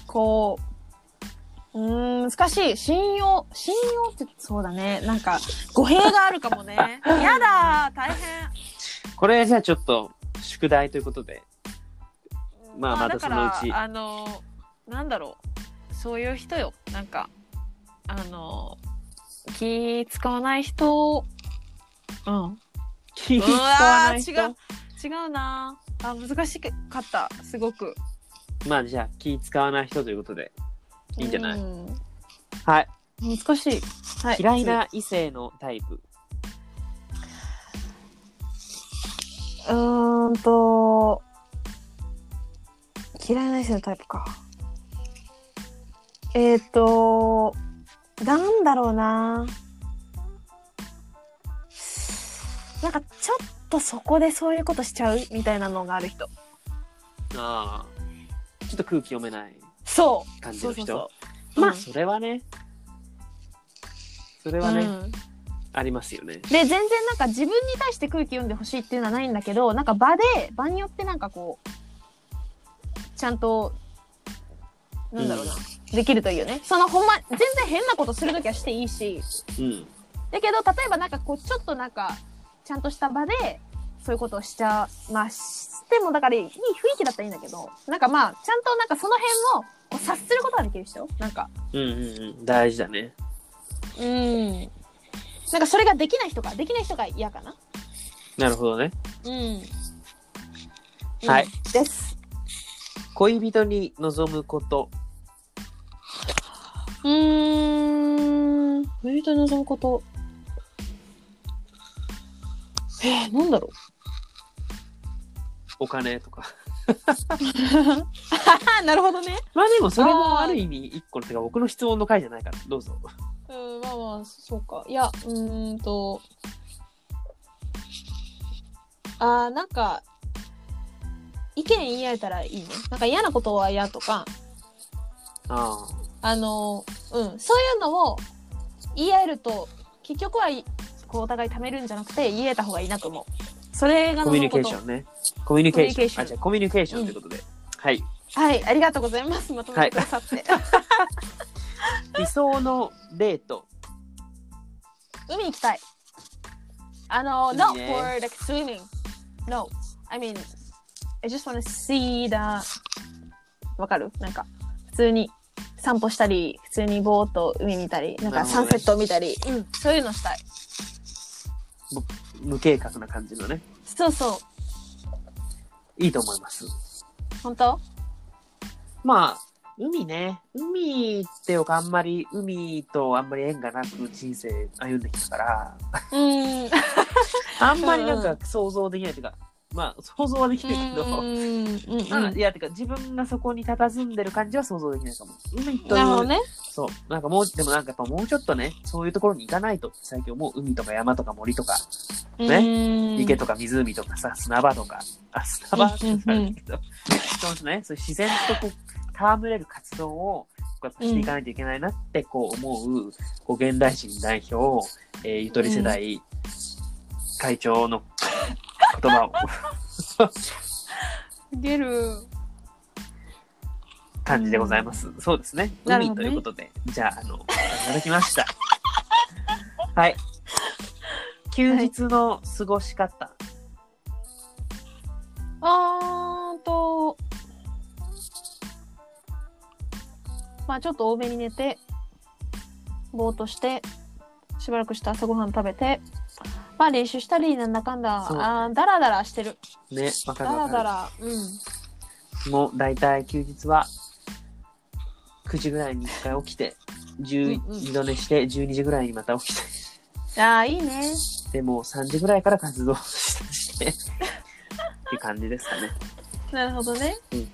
Speaker 1: こううーん難しい信用信用ってそうだねなんか語弊があるかも
Speaker 2: <laughs>
Speaker 1: ねやだー大変
Speaker 2: これじゃあちょっと宿題ということで。まあまたそのうち
Speaker 1: だからあのなんだろうそういう人よなんかあの気使わない人うん
Speaker 2: 気
Speaker 1: う
Speaker 2: 使わ
Speaker 1: わ
Speaker 2: ない人
Speaker 1: ー違う違うなーあ難しかったすごく
Speaker 2: まあじゃあ気使わない人ということで。いいんじゃない
Speaker 1: うん
Speaker 2: はい。
Speaker 1: 難しい、はい、
Speaker 2: 嫌いな異性のタイプ。
Speaker 1: うーんと嫌いな人のタイプかえっ、ー、となんだろうななんかちょっとそこでそういうことしちゃうみたいなのがある人
Speaker 2: ああ。ちょっと空気読めない
Speaker 1: そう
Speaker 2: 感じの人。
Speaker 1: そうそうそう
Speaker 2: ま
Speaker 1: う
Speaker 2: あ
Speaker 1: ん
Speaker 2: それはね。それはね、
Speaker 1: うん
Speaker 2: ありますよね。
Speaker 1: で全然なんか自分に対して空気読んでほしいっていうのはないんだけどなんか場で場によってなんかこうちゃんとなんだろうな、
Speaker 2: う
Speaker 1: できるといいよねそのほんま全然変なことするときはしていいし
Speaker 2: うん。
Speaker 1: だけど例えばなんかこうちょっとなんかちゃんとした場でそういうことをしちゃうまあしてもだからいい雰囲気だったらいいんだけどなんかまあちゃんとなんかその辺をこう察することができる人なんか
Speaker 2: うんうんうん。大事だね。
Speaker 1: うんなんかそれができない人かできない人が嫌かな
Speaker 2: なるほどね。
Speaker 1: うん。
Speaker 2: はい
Speaker 1: うん。です。
Speaker 2: 恋人に望むこと。
Speaker 1: うーん。恋人に望むこと。えー、なんだろ
Speaker 2: お金とか。 <laughs>
Speaker 1: う。なるほどね。
Speaker 2: まあでもそれも
Speaker 1: あー
Speaker 2: ある意味一個のてか僕の質問の回じゃないからどうぞ。
Speaker 1: うん、まあまあ、そうか。いや、うーんと。あー、なんか、意見言い合えたらいいね。なんか嫌なことは嫌とか、
Speaker 2: あ
Speaker 1: あの、うん、そういうのを言い合えると、結局は、こう、お互い貯めるんじゃなくて、言い合えた方がいいなと思う。それ
Speaker 2: あ。
Speaker 1: が
Speaker 2: コ
Speaker 1: 望む
Speaker 2: ミュニ
Speaker 1: こ
Speaker 2: ケー
Speaker 1: と
Speaker 2: ションね。コミュニケーション。
Speaker 1: コミュニケーション
Speaker 2: あ、じゃあコミュニケーションということで。はい。
Speaker 1: はい、ありがとうございます。まとめてくださって。
Speaker 2: 理想のデート。
Speaker 1: 海行きたい。あの、no
Speaker 2: いいね
Speaker 1: for like swimming. No, I mean, I just wanna see the. わかるなんか、普通に散歩したり、普通にぼーっと海見たり、なん
Speaker 2: な
Speaker 1: か
Speaker 2: るほ
Speaker 1: サン
Speaker 2: どね
Speaker 1: セット見たり、うん、そういうのしたい。
Speaker 2: 無計画な感じのね。
Speaker 1: そうそ
Speaker 2: いいと思います。
Speaker 1: う、本当
Speaker 2: まあ、海ね。海ってよくあんまり、海とあんまり縁がなく人生歩んできたから、
Speaker 1: うーん。
Speaker 2: あんまりなんか想像できないというか、まあ想像はできるけど、
Speaker 1: うんうん
Speaker 2: うんいや、てか自分がそこに佇んでる感じは想像できないかも。海とい
Speaker 1: なるほど
Speaker 2: う、
Speaker 1: ね。
Speaker 2: そう。なんかもう、でもなんかやっぱもうちょっとね、そういうところに行かないと、最近思う海とか山とか森とか、
Speaker 1: ね
Speaker 2: 池とか湖とかさ、砂場とか、あ、砂場って言ったらあれだけど、そうね、そういう自然とこう、戯れる活動を、こうやっぱしていかないといけないなってこう思う、こう現代人代表、えーゆとり世代、会長の言葉を
Speaker 1: 出る。
Speaker 2: 感じでございます。そうですね。
Speaker 1: なるほどね
Speaker 2: 海ということで、じゃあ、あの、いただきました。はい。休日の過ごし方。
Speaker 1: あーんと、まあちょっと多めに寝て、ぼーっとして、しばらくして朝ごはん食べて、まあ練習したり、なんだかんだ、
Speaker 2: そう
Speaker 1: あーだらだらしてる。
Speaker 2: ね、わか
Speaker 1: だ
Speaker 2: る
Speaker 1: ら
Speaker 2: わ
Speaker 1: だ、
Speaker 2: から
Speaker 1: うん。
Speaker 2: る。もう、だいたい休日は、9時ぐらいに一回起きて、10
Speaker 1: うんうん
Speaker 2: 二度寝して、12時ぐらいにまた起きて、
Speaker 1: ああ、いいね。
Speaker 2: でもう3時ぐらいから活動して、って感じですかね。
Speaker 1: なるほどね。
Speaker 2: うん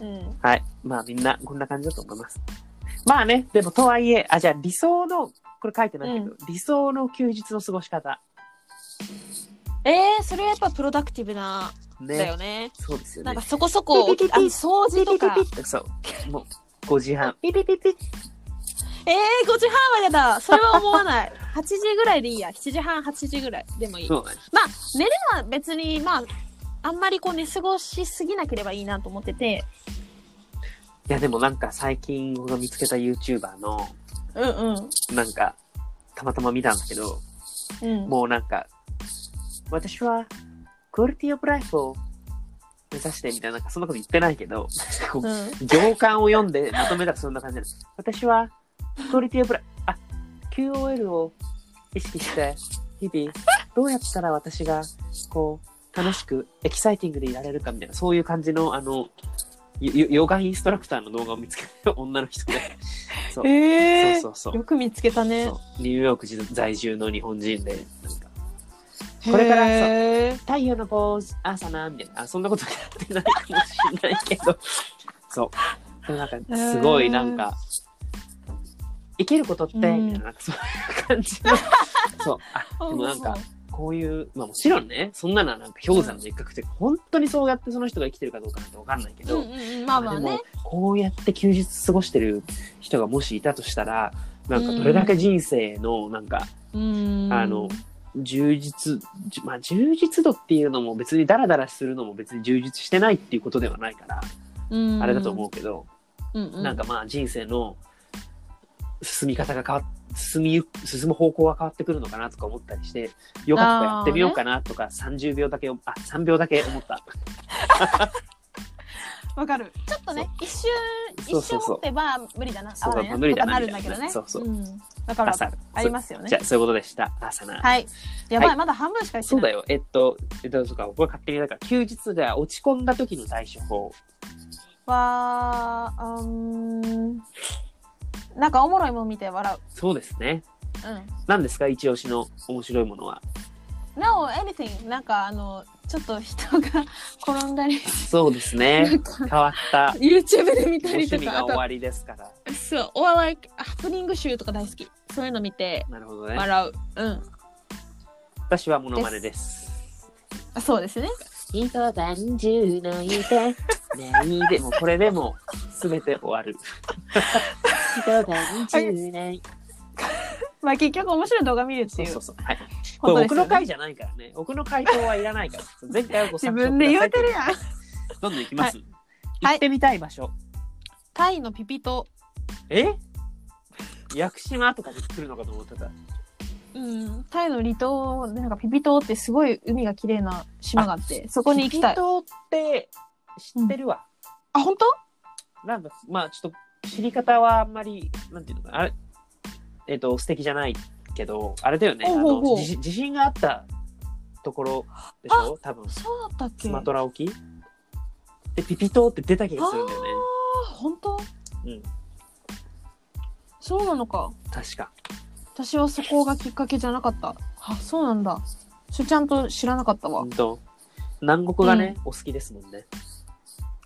Speaker 2: うん。
Speaker 1: うん。
Speaker 2: はい。まあみんなこんな感じだと思います。まあね、でもとはいえ、あ、じゃあ理想の、これ書いてないけど、理想の休日の過ごし方。
Speaker 1: えー、それはやっぱプロダクティブな
Speaker 2: ね。
Speaker 1: だよね。
Speaker 2: そうですよ
Speaker 1: な
Speaker 2: ね
Speaker 1: んか。そこそこ、あ
Speaker 2: ピピピピ
Speaker 1: 掃除とか。
Speaker 2: そう。もう、5時半。
Speaker 1: ピピピピ。えー、5時半までだ。それは思わない。8時 <laughs> ぐらいでいいや。7時半、8時ぐらいでもいい。
Speaker 2: そうなんです。
Speaker 1: まあ、寝れば別に、まあ、あんまりこう寝過ごしすぎなければいいなと思ってて。
Speaker 2: いや、でもなんか最近僕が見つけた YouTuber の、
Speaker 1: うんうん。
Speaker 2: なんか、たまたま見たんだけど、
Speaker 1: うん。
Speaker 2: もうなんか、私は、クオリティオブライフを目指してみたいな、なんかそんなこと言ってないけど、こ
Speaker 1: う、
Speaker 2: うん行間を読んでまとめたらそんな感じです。私は、クオリティオブライフ、あ、QOL を意識して、日々、どうやったら私が、こう、楽しく、エキサイティングでいられるかみたいな、そういう感じの、あの、よよヨガインストラクターの動画を見つけた女の人で、そう、
Speaker 1: え
Speaker 2: そうそうそう。
Speaker 1: よく見つけたね。
Speaker 2: そうニューヨーク在住の日本人で、なんか、これからそう
Speaker 1: へ
Speaker 2: 太陽の坊主、朝な、みたいな、あ、そんなことやってないかもしれないけど、 <laughs> そう。でもなんか、すごい、なんか、生きることって、みたい
Speaker 1: うん
Speaker 2: な、なんかそういう感じの、 <laughs> そう。あ、
Speaker 1: ー
Speaker 2: でもなんか、こういう、まあもちろんね、そんなのはなんか氷山の一角で、本当にそうやってその人が生きてるかどうかなんてわかんないけ
Speaker 1: うん
Speaker 2: ど、
Speaker 1: うんうん、まあまあ
Speaker 2: でも
Speaker 1: ね。
Speaker 2: こうやって休日過ごしてる人がもしいたとしたらなんかどれだけ人生のなんか
Speaker 1: うん。
Speaker 2: あの充実、じまあ、充実度っていうのも別にダラダラするのも別に充実してないっていうことではないから
Speaker 1: うん、
Speaker 2: あれだと思うけど、
Speaker 1: うんうん、
Speaker 2: なんかまあ人生の進み方が変わ進みゆ進む方向が変わってくるのかなとか思ったりしてよかったらやってみようかなとか30秒だけあ3秒だけ思
Speaker 1: <laughs>
Speaker 2: った
Speaker 1: わかる。ちょっとね、一瞬、
Speaker 2: そ
Speaker 1: 一
Speaker 2: うそう
Speaker 1: 瞬
Speaker 2: そう
Speaker 1: 持ってば無理だな、
Speaker 2: そう
Speaker 1: 合わないな
Speaker 2: 無理だな
Speaker 1: とかなるんだけどね。。
Speaker 2: そうそうん
Speaker 1: だから、
Speaker 2: 朝
Speaker 1: ありますよね
Speaker 2: じゃ。あそういうことでした朝な
Speaker 1: はい。やばい、
Speaker 2: は
Speaker 1: まだ半分しかして
Speaker 2: そう
Speaker 1: な
Speaker 2: だ
Speaker 1: い。
Speaker 2: よ。えっと、えっと、そうか、これ勝手に、だから、休日が落ち込んだ時の対処法。
Speaker 1: わー、うーん。なんかおもろいもん見て笑
Speaker 2: そうですね。
Speaker 1: う。う
Speaker 2: 何ですか一押しの面白いものは。
Speaker 1: ん。No, anything. なんかあの、ちょっと人が転んだり、 <laughs>
Speaker 2: そうです
Speaker 1: な
Speaker 2: ね。
Speaker 1: んか
Speaker 2: 変わった。
Speaker 1: YouTube で見
Speaker 2: ご
Speaker 1: たり
Speaker 2: 趣
Speaker 1: と
Speaker 2: 味
Speaker 1: か、
Speaker 2: が
Speaker 1: あ
Speaker 2: 終わりです <laughs> から。
Speaker 1: と、そう、お笑い、ハプニング集とか大好き。そういうの見て
Speaker 2: なるほどね。
Speaker 1: 笑う。うん。
Speaker 2: 私はモノマネです。
Speaker 1: あそうですね。
Speaker 2: 一晩中のいて、ないで、もうこれでもう、すべて終わる。一晩中 <laughs> ない。
Speaker 1: まあ結局面白い動画見るって
Speaker 2: そう
Speaker 1: いう
Speaker 2: そう。そう。はい。
Speaker 1: こ
Speaker 2: こと
Speaker 1: です
Speaker 2: れ僕
Speaker 1: よ
Speaker 2: の回じゃないからね。僕の回答はいらないから。前回はご
Speaker 1: 自
Speaker 2: 参照
Speaker 1: 分で言
Speaker 2: くださいう
Speaker 1: てるやん。
Speaker 2: どんどん行きます。
Speaker 1: はい
Speaker 2: 行ってみたい場所。
Speaker 1: タイのピピと、
Speaker 2: え屋久島とかで来るのかと思ってた。
Speaker 1: うん、タイの離島でなんかピピ島ってすごい海が綺麗な島があってそこに行きたい
Speaker 2: ピピ島って知ってるわ。
Speaker 1: あ本当
Speaker 2: なんか、まあちょっと知り方はあんまり、なんていうのかな、あれ、えっ、と、素敵じゃないけど、あれだよね、あ
Speaker 1: ほうほうほう
Speaker 2: の、地震地震があったところでしょ多分、
Speaker 1: そうだったっけ
Speaker 2: スマトラ沖で、ピピ島って出た気がするんだよね。
Speaker 1: あ本当
Speaker 2: うん、
Speaker 1: そうなのか
Speaker 2: 確か。
Speaker 1: 私はそこがきっかけじゃなかったあそうなんだしょちゃんと知らなかったわ、
Speaker 2: うんと、南国がね、お好きですもんね。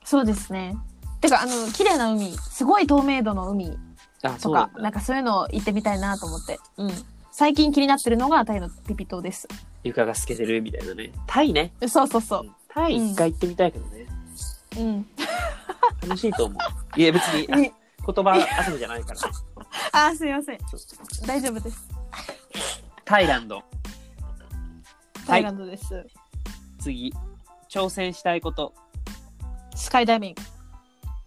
Speaker 1: そうですねてかあの綺麗な海すごい透明度の海
Speaker 2: あ、
Speaker 1: と
Speaker 2: そうな
Speaker 1: か
Speaker 2: ん
Speaker 1: な
Speaker 2: だ
Speaker 1: ん。かそういうの行ってみたいなと思ってうん最近気になってるのがタイのピピ島です
Speaker 2: 床が透けてるみたいなね。タイね。
Speaker 1: そうそうそう
Speaker 2: うんタイ一回行ってみたいけどね。
Speaker 1: うん
Speaker 2: 楽しいと思う。いや、別にあ言
Speaker 1: に
Speaker 2: 葉遊びじゃないから。
Speaker 1: <laughs> あすいません
Speaker 2: そう
Speaker 1: 大丈夫です
Speaker 2: タイランド。
Speaker 1: タイランドです、
Speaker 2: 次。挑戦したいこと。
Speaker 1: スカイダイビン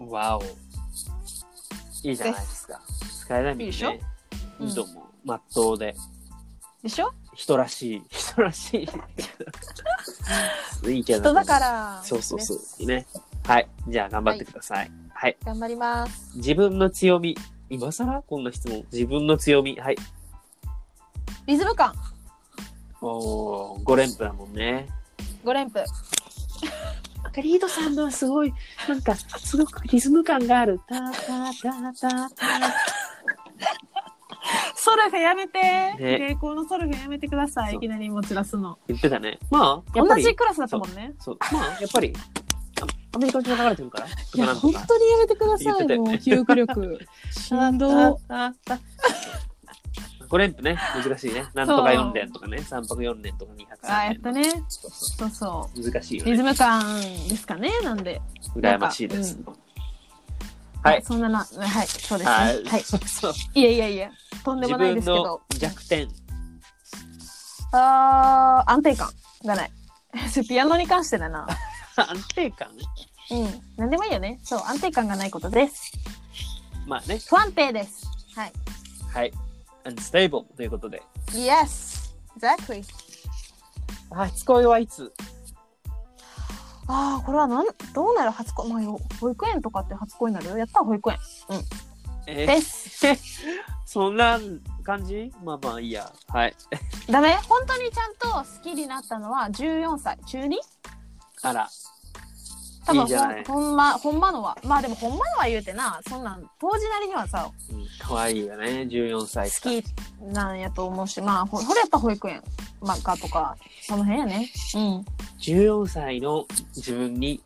Speaker 1: グ
Speaker 2: わお。いいじゃないですか。スカイダイ
Speaker 1: い
Speaker 2: ビング、ね。
Speaker 1: いでしょうん
Speaker 2: いいと思う。まっとうで。
Speaker 1: でしょ
Speaker 2: 人らしい。人ら <laughs> しい。いいけど。
Speaker 1: 人だから、
Speaker 2: そうそうそう
Speaker 1: ね。
Speaker 2: ね。はい。じゃあ、頑張ってください。はい。
Speaker 1: 頑張ります。
Speaker 2: 自分の強み。今更こんな質問。自分の強み。はい。
Speaker 1: リズム感、
Speaker 2: おー、5連覇だもんね。
Speaker 1: 5連符。
Speaker 2: なんかリードさんのはすごい、なんか、すごくリズム感がある。たーたーたーたー
Speaker 1: ソルフェやめて、
Speaker 2: ね
Speaker 1: 傾向のソルフェやめてください。
Speaker 2: そう
Speaker 1: いきなり持ち出すの。
Speaker 2: 言ってたね。まあ、や
Speaker 1: 同
Speaker 2: っぱり、
Speaker 1: じクラスだったもんね。
Speaker 2: そう、まあ、やっぱり、あアメリカ人が流れてるから、
Speaker 1: いや、
Speaker 2: なん
Speaker 1: 本当にやめてくだ
Speaker 2: 言っ
Speaker 1: さ
Speaker 2: て
Speaker 1: い。
Speaker 2: <laughs> たよ
Speaker 1: も
Speaker 2: ね
Speaker 1: う、記憶力。しん
Speaker 2: たー
Speaker 1: ど
Speaker 2: たーたー5連符ね、難しいね。なんとか4連とかね、3拍4連とか2拍
Speaker 1: あー
Speaker 2: 3
Speaker 1: やっ
Speaker 2: 連
Speaker 1: たね
Speaker 2: そうそ
Speaker 1: そうそう
Speaker 2: 難しいうよ
Speaker 1: リズ
Speaker 2: ね。
Speaker 1: ム感ですかねなんで
Speaker 2: 羨ましいです。は
Speaker 1: はいい。そんななはいそうですね
Speaker 2: は。
Speaker 1: はいい
Speaker 2: そう <laughs> そう
Speaker 1: いやいやいやとんで
Speaker 2: 自
Speaker 1: もないで
Speaker 2: 分
Speaker 1: すけど
Speaker 2: の弱点。
Speaker 1: あー安定感がない <laughs> それピアノに関してだな
Speaker 2: 安定感
Speaker 1: うん何でもいいよねそう安定感がないことです
Speaker 2: まあね。
Speaker 1: 不安定ですはい
Speaker 2: はい。unstable ということで。
Speaker 1: Yes exactly
Speaker 2: 初恋はいつ
Speaker 1: ああこれはなんどうなる初恋まあよ保育園とかって初恋になるよやったら保育園
Speaker 2: えー
Speaker 1: です
Speaker 2: そんな感じまあまあいいや。はい。
Speaker 1: ダメ本当にちゃんと好きになったのは14歳中 2?
Speaker 2: あら。
Speaker 1: 多
Speaker 2: いい
Speaker 1: 分
Speaker 2: じゃない
Speaker 1: ほんほんまほんまのはまあでもほんまのは言うてなそんなん当時なりにはさ
Speaker 2: うん可愛いよね。14歳か。
Speaker 1: 好きなんやと思うしまあほほれやっぱ保育園まあかとかその辺やねうん
Speaker 2: 14歳の自分に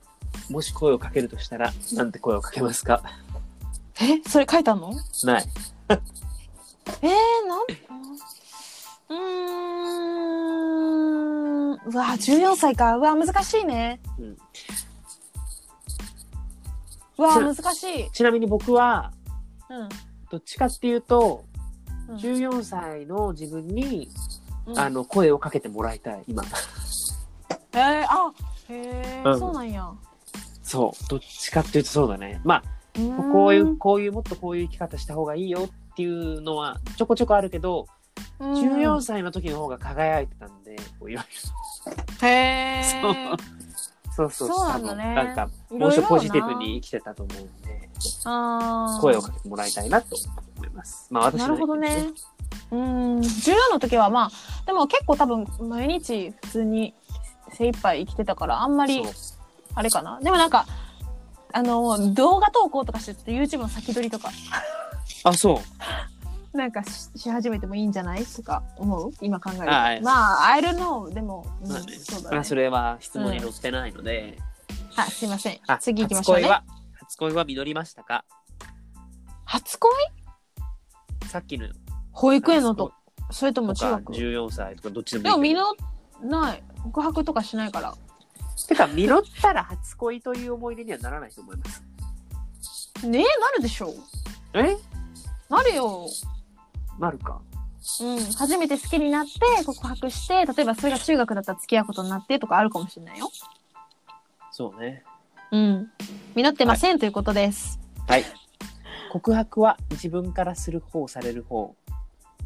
Speaker 2: もし声をかけるとしたら、なんて声をかけますか
Speaker 1: えそれ書いたの
Speaker 2: ない。
Speaker 1: えー、なんうーんうわ14歳かうわ難しいね
Speaker 2: うん
Speaker 1: うわ
Speaker 2: そう
Speaker 1: 難しい
Speaker 2: ちなみに僕は、
Speaker 1: うん
Speaker 2: どっちかっていうと、
Speaker 1: うん
Speaker 2: 14歳の自分に、
Speaker 1: うん
Speaker 2: あの、声をかけてもらいたい、今。
Speaker 1: えー、あへえ、
Speaker 2: うん
Speaker 1: そうなんや
Speaker 2: そう。どっちかっていうとそうだね。ま
Speaker 1: うー
Speaker 2: あ、
Speaker 1: ん
Speaker 2: こういう、こういう、もっとこういう生き方した方がいいよっていうのは、ちょこちょこあるけど、
Speaker 1: うん
Speaker 2: 14歳の時の方が輝いてたんで、こういろい
Speaker 1: へえ
Speaker 2: ろそうそう
Speaker 1: そうな
Speaker 2: あ
Speaker 1: ん
Speaker 2: の
Speaker 1: だね
Speaker 2: なんか、
Speaker 1: い
Speaker 2: も
Speaker 1: ろ
Speaker 2: う
Speaker 1: い
Speaker 2: ちょ
Speaker 1: ろ
Speaker 2: いポジティブに生きてたと思うんで、
Speaker 1: な
Speaker 2: 声をかけてもらいたいなと思います。まあ、
Speaker 1: あー
Speaker 2: 私
Speaker 1: な
Speaker 2: の
Speaker 1: るほど
Speaker 2: 意見です
Speaker 1: ね。うん14の時はまあでも結構多分毎日普通に精一杯生きてたからあんまり
Speaker 2: そう
Speaker 1: あれかなでもなんかあの動画投稿とかして YouTube の先取りとか
Speaker 2: あ、そう。
Speaker 1: なんかしし始めてもいいんじゃないとか思う今考えると
Speaker 2: あはい
Speaker 1: まあ I don't know でも、うん
Speaker 2: まあね
Speaker 1: そうだ
Speaker 2: ま
Speaker 1: ね
Speaker 2: あ、それは質問に載ってないので。
Speaker 1: はいすいません
Speaker 2: あ
Speaker 1: 次行きましょう
Speaker 2: 初恋
Speaker 1: ね
Speaker 2: は、初恋は実りましたか
Speaker 1: 初恋
Speaker 2: さっきの。
Speaker 1: 保育園のとそれとも
Speaker 2: 初
Speaker 1: 中
Speaker 2: 恋
Speaker 1: 学
Speaker 2: とか14歳とかどっちで
Speaker 1: でも
Speaker 2: もいいけ
Speaker 1: 実
Speaker 2: ど。
Speaker 1: ない告白とかしないから
Speaker 2: てか、実ったら初恋という思い出にはならないと思います。
Speaker 1: ねえなるでしょ
Speaker 2: え
Speaker 1: なるよ
Speaker 2: なるか。
Speaker 1: うん、初めて好きになって告白して例えばそれが中学だったら付き合うことになってとかあるかもしれないよ。
Speaker 2: そうね。
Speaker 1: うん、実ってません、ということです。
Speaker 2: はい。告白は自分からする方、される方。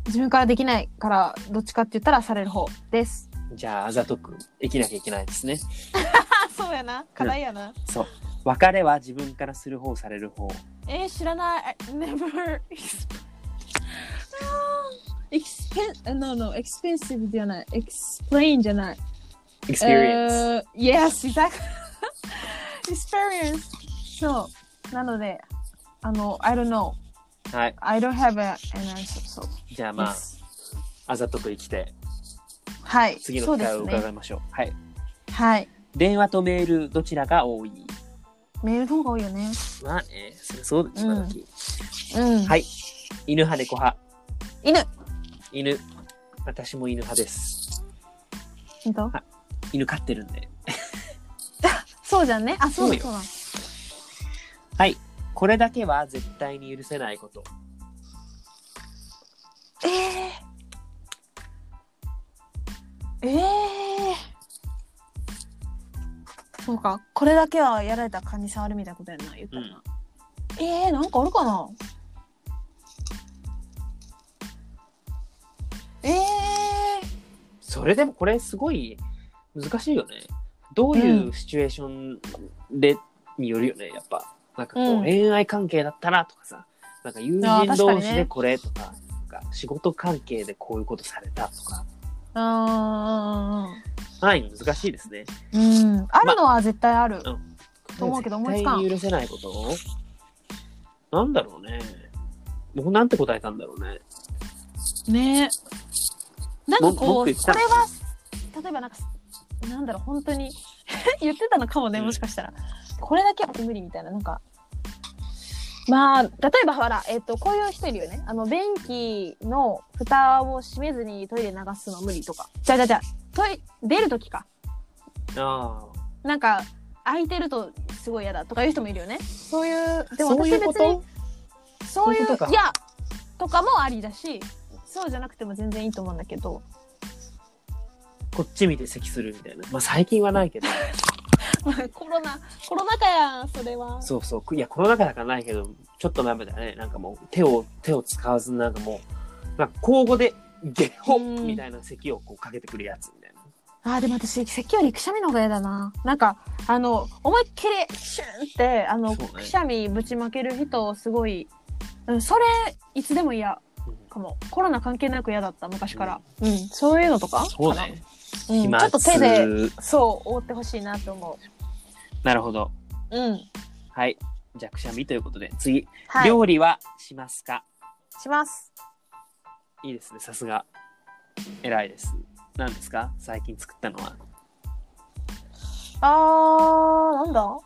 Speaker 1: 自分からできないからどっちかって言ったらされる方です。
Speaker 2: じゃあ、あざとく生きなきゃいけないですね。
Speaker 1: あそうやな課題やな。
Speaker 2: そう。別れは自分からする方、される方。
Speaker 1: えー、知らない。I never. <laughs> エクスペン、no, no, expensive じゃない。explain じゃない。
Speaker 2: experience。
Speaker 1: えー yes, exactly. <laughs> experience. そう。なので、あの、I don't know.
Speaker 2: はい。
Speaker 1: I don't have a, an answer. So,
Speaker 2: じゃあ、まあ
Speaker 1: yes.、
Speaker 2: あざとく生きて、
Speaker 1: はい。
Speaker 2: 次
Speaker 1: そ
Speaker 2: の
Speaker 1: う
Speaker 2: 機
Speaker 1: で
Speaker 2: 会
Speaker 1: す
Speaker 2: を
Speaker 1: ね。
Speaker 2: 伺いましょう。はい。
Speaker 1: はい。
Speaker 2: 電話とメール、どちらが多い
Speaker 1: メールの方が多いよね。
Speaker 2: まあね、そりゃそうです、今時、
Speaker 1: うん。
Speaker 2: はい。犬派、猫派。
Speaker 1: 犬。
Speaker 2: 犬。私も犬派です。
Speaker 1: えっと <laughs>
Speaker 2: い犬飼ってるんで。
Speaker 1: そうじゃんね。あ、そうだそ
Speaker 2: そ
Speaker 1: うだ。
Speaker 2: はい。これだけは絶対に許せないこと。
Speaker 1: ええ。ええ。そうか。これだけはやられた蚊に触るみたいなことやんな。言ったらな。ええ、なんかあるかな。ええ。
Speaker 2: それでもこれすごい難しいよね。どういううシチュエーションで、によるよね、やっぱ。なんかこう、
Speaker 1: うん
Speaker 2: 恋愛関係だったらとかさ、なんか友
Speaker 1: あー
Speaker 2: 人
Speaker 1: 確か
Speaker 2: 同
Speaker 1: にね
Speaker 2: 士でこれとか、なんか仕事関係でこういうことされたとか。
Speaker 1: うん。
Speaker 2: はい、難しいですね。
Speaker 1: うん。あるのは絶対ある。と思うけど思い
Speaker 2: 絶
Speaker 1: つかん
Speaker 2: 対に許せないことなんだろうね。僕なんて答えたんだろうね。
Speaker 1: ねなんかこ
Speaker 2: 文句言
Speaker 1: う
Speaker 2: っ
Speaker 1: こ
Speaker 2: て
Speaker 1: れ
Speaker 2: た
Speaker 1: は例えばなんかなんだろう本当に <laughs> 言ってたのかもね
Speaker 2: うん
Speaker 1: もしかしたら、これだけは無理みたいななんかまあ例えばほら、えっとこういう人いるよねあの便器の蓋を閉めずにトイレ流すの無理とかじゃあじゃあじゃあトイ出る時か
Speaker 2: ああ。
Speaker 1: なんか開いてるとすごい嫌だとかいう人もいるよねそういうでも
Speaker 2: そう
Speaker 1: 私
Speaker 2: い
Speaker 1: 別
Speaker 2: うこ
Speaker 1: に
Speaker 2: と
Speaker 1: そういう
Speaker 2: そういうことか
Speaker 1: いやとかもありだしそうじゃなくても全然いいと思うんだけど
Speaker 2: こっち見て咳するみたいな。まあ最近はないけど。
Speaker 1: <laughs> コロナコロナ禍やんそれは
Speaker 2: そうそう。いや、コロナ禍だからないけど、ちょっと前まではね、なんかもう手を、手を使わずなんかもう、なんか交互で、ゲホ
Speaker 1: うん
Speaker 2: ッみたいな咳をこうかけてくるやつみたいな。
Speaker 1: あーでも私咳よりくしゃみの方が嫌だななんかあの思いっきりシュンってあの、
Speaker 2: そうね
Speaker 1: くしゃみぶちまける人すごい、うん、それいつでも嫌
Speaker 2: うん
Speaker 1: かもコロナ関係なく嫌だった昔から、うんそういうのとか
Speaker 2: そうね。
Speaker 1: かなうん、
Speaker 2: 飛沫
Speaker 1: ちょっと手でそう覆ってほしいなと思
Speaker 2: なるほど。
Speaker 1: ううん
Speaker 2: はい。じゃあ、くしゃみということで、次、
Speaker 1: はい
Speaker 2: 料理はしますか
Speaker 1: します
Speaker 2: いいですね、さすが。偉いです。何ですか最近作ったのは。
Speaker 1: あーなんだ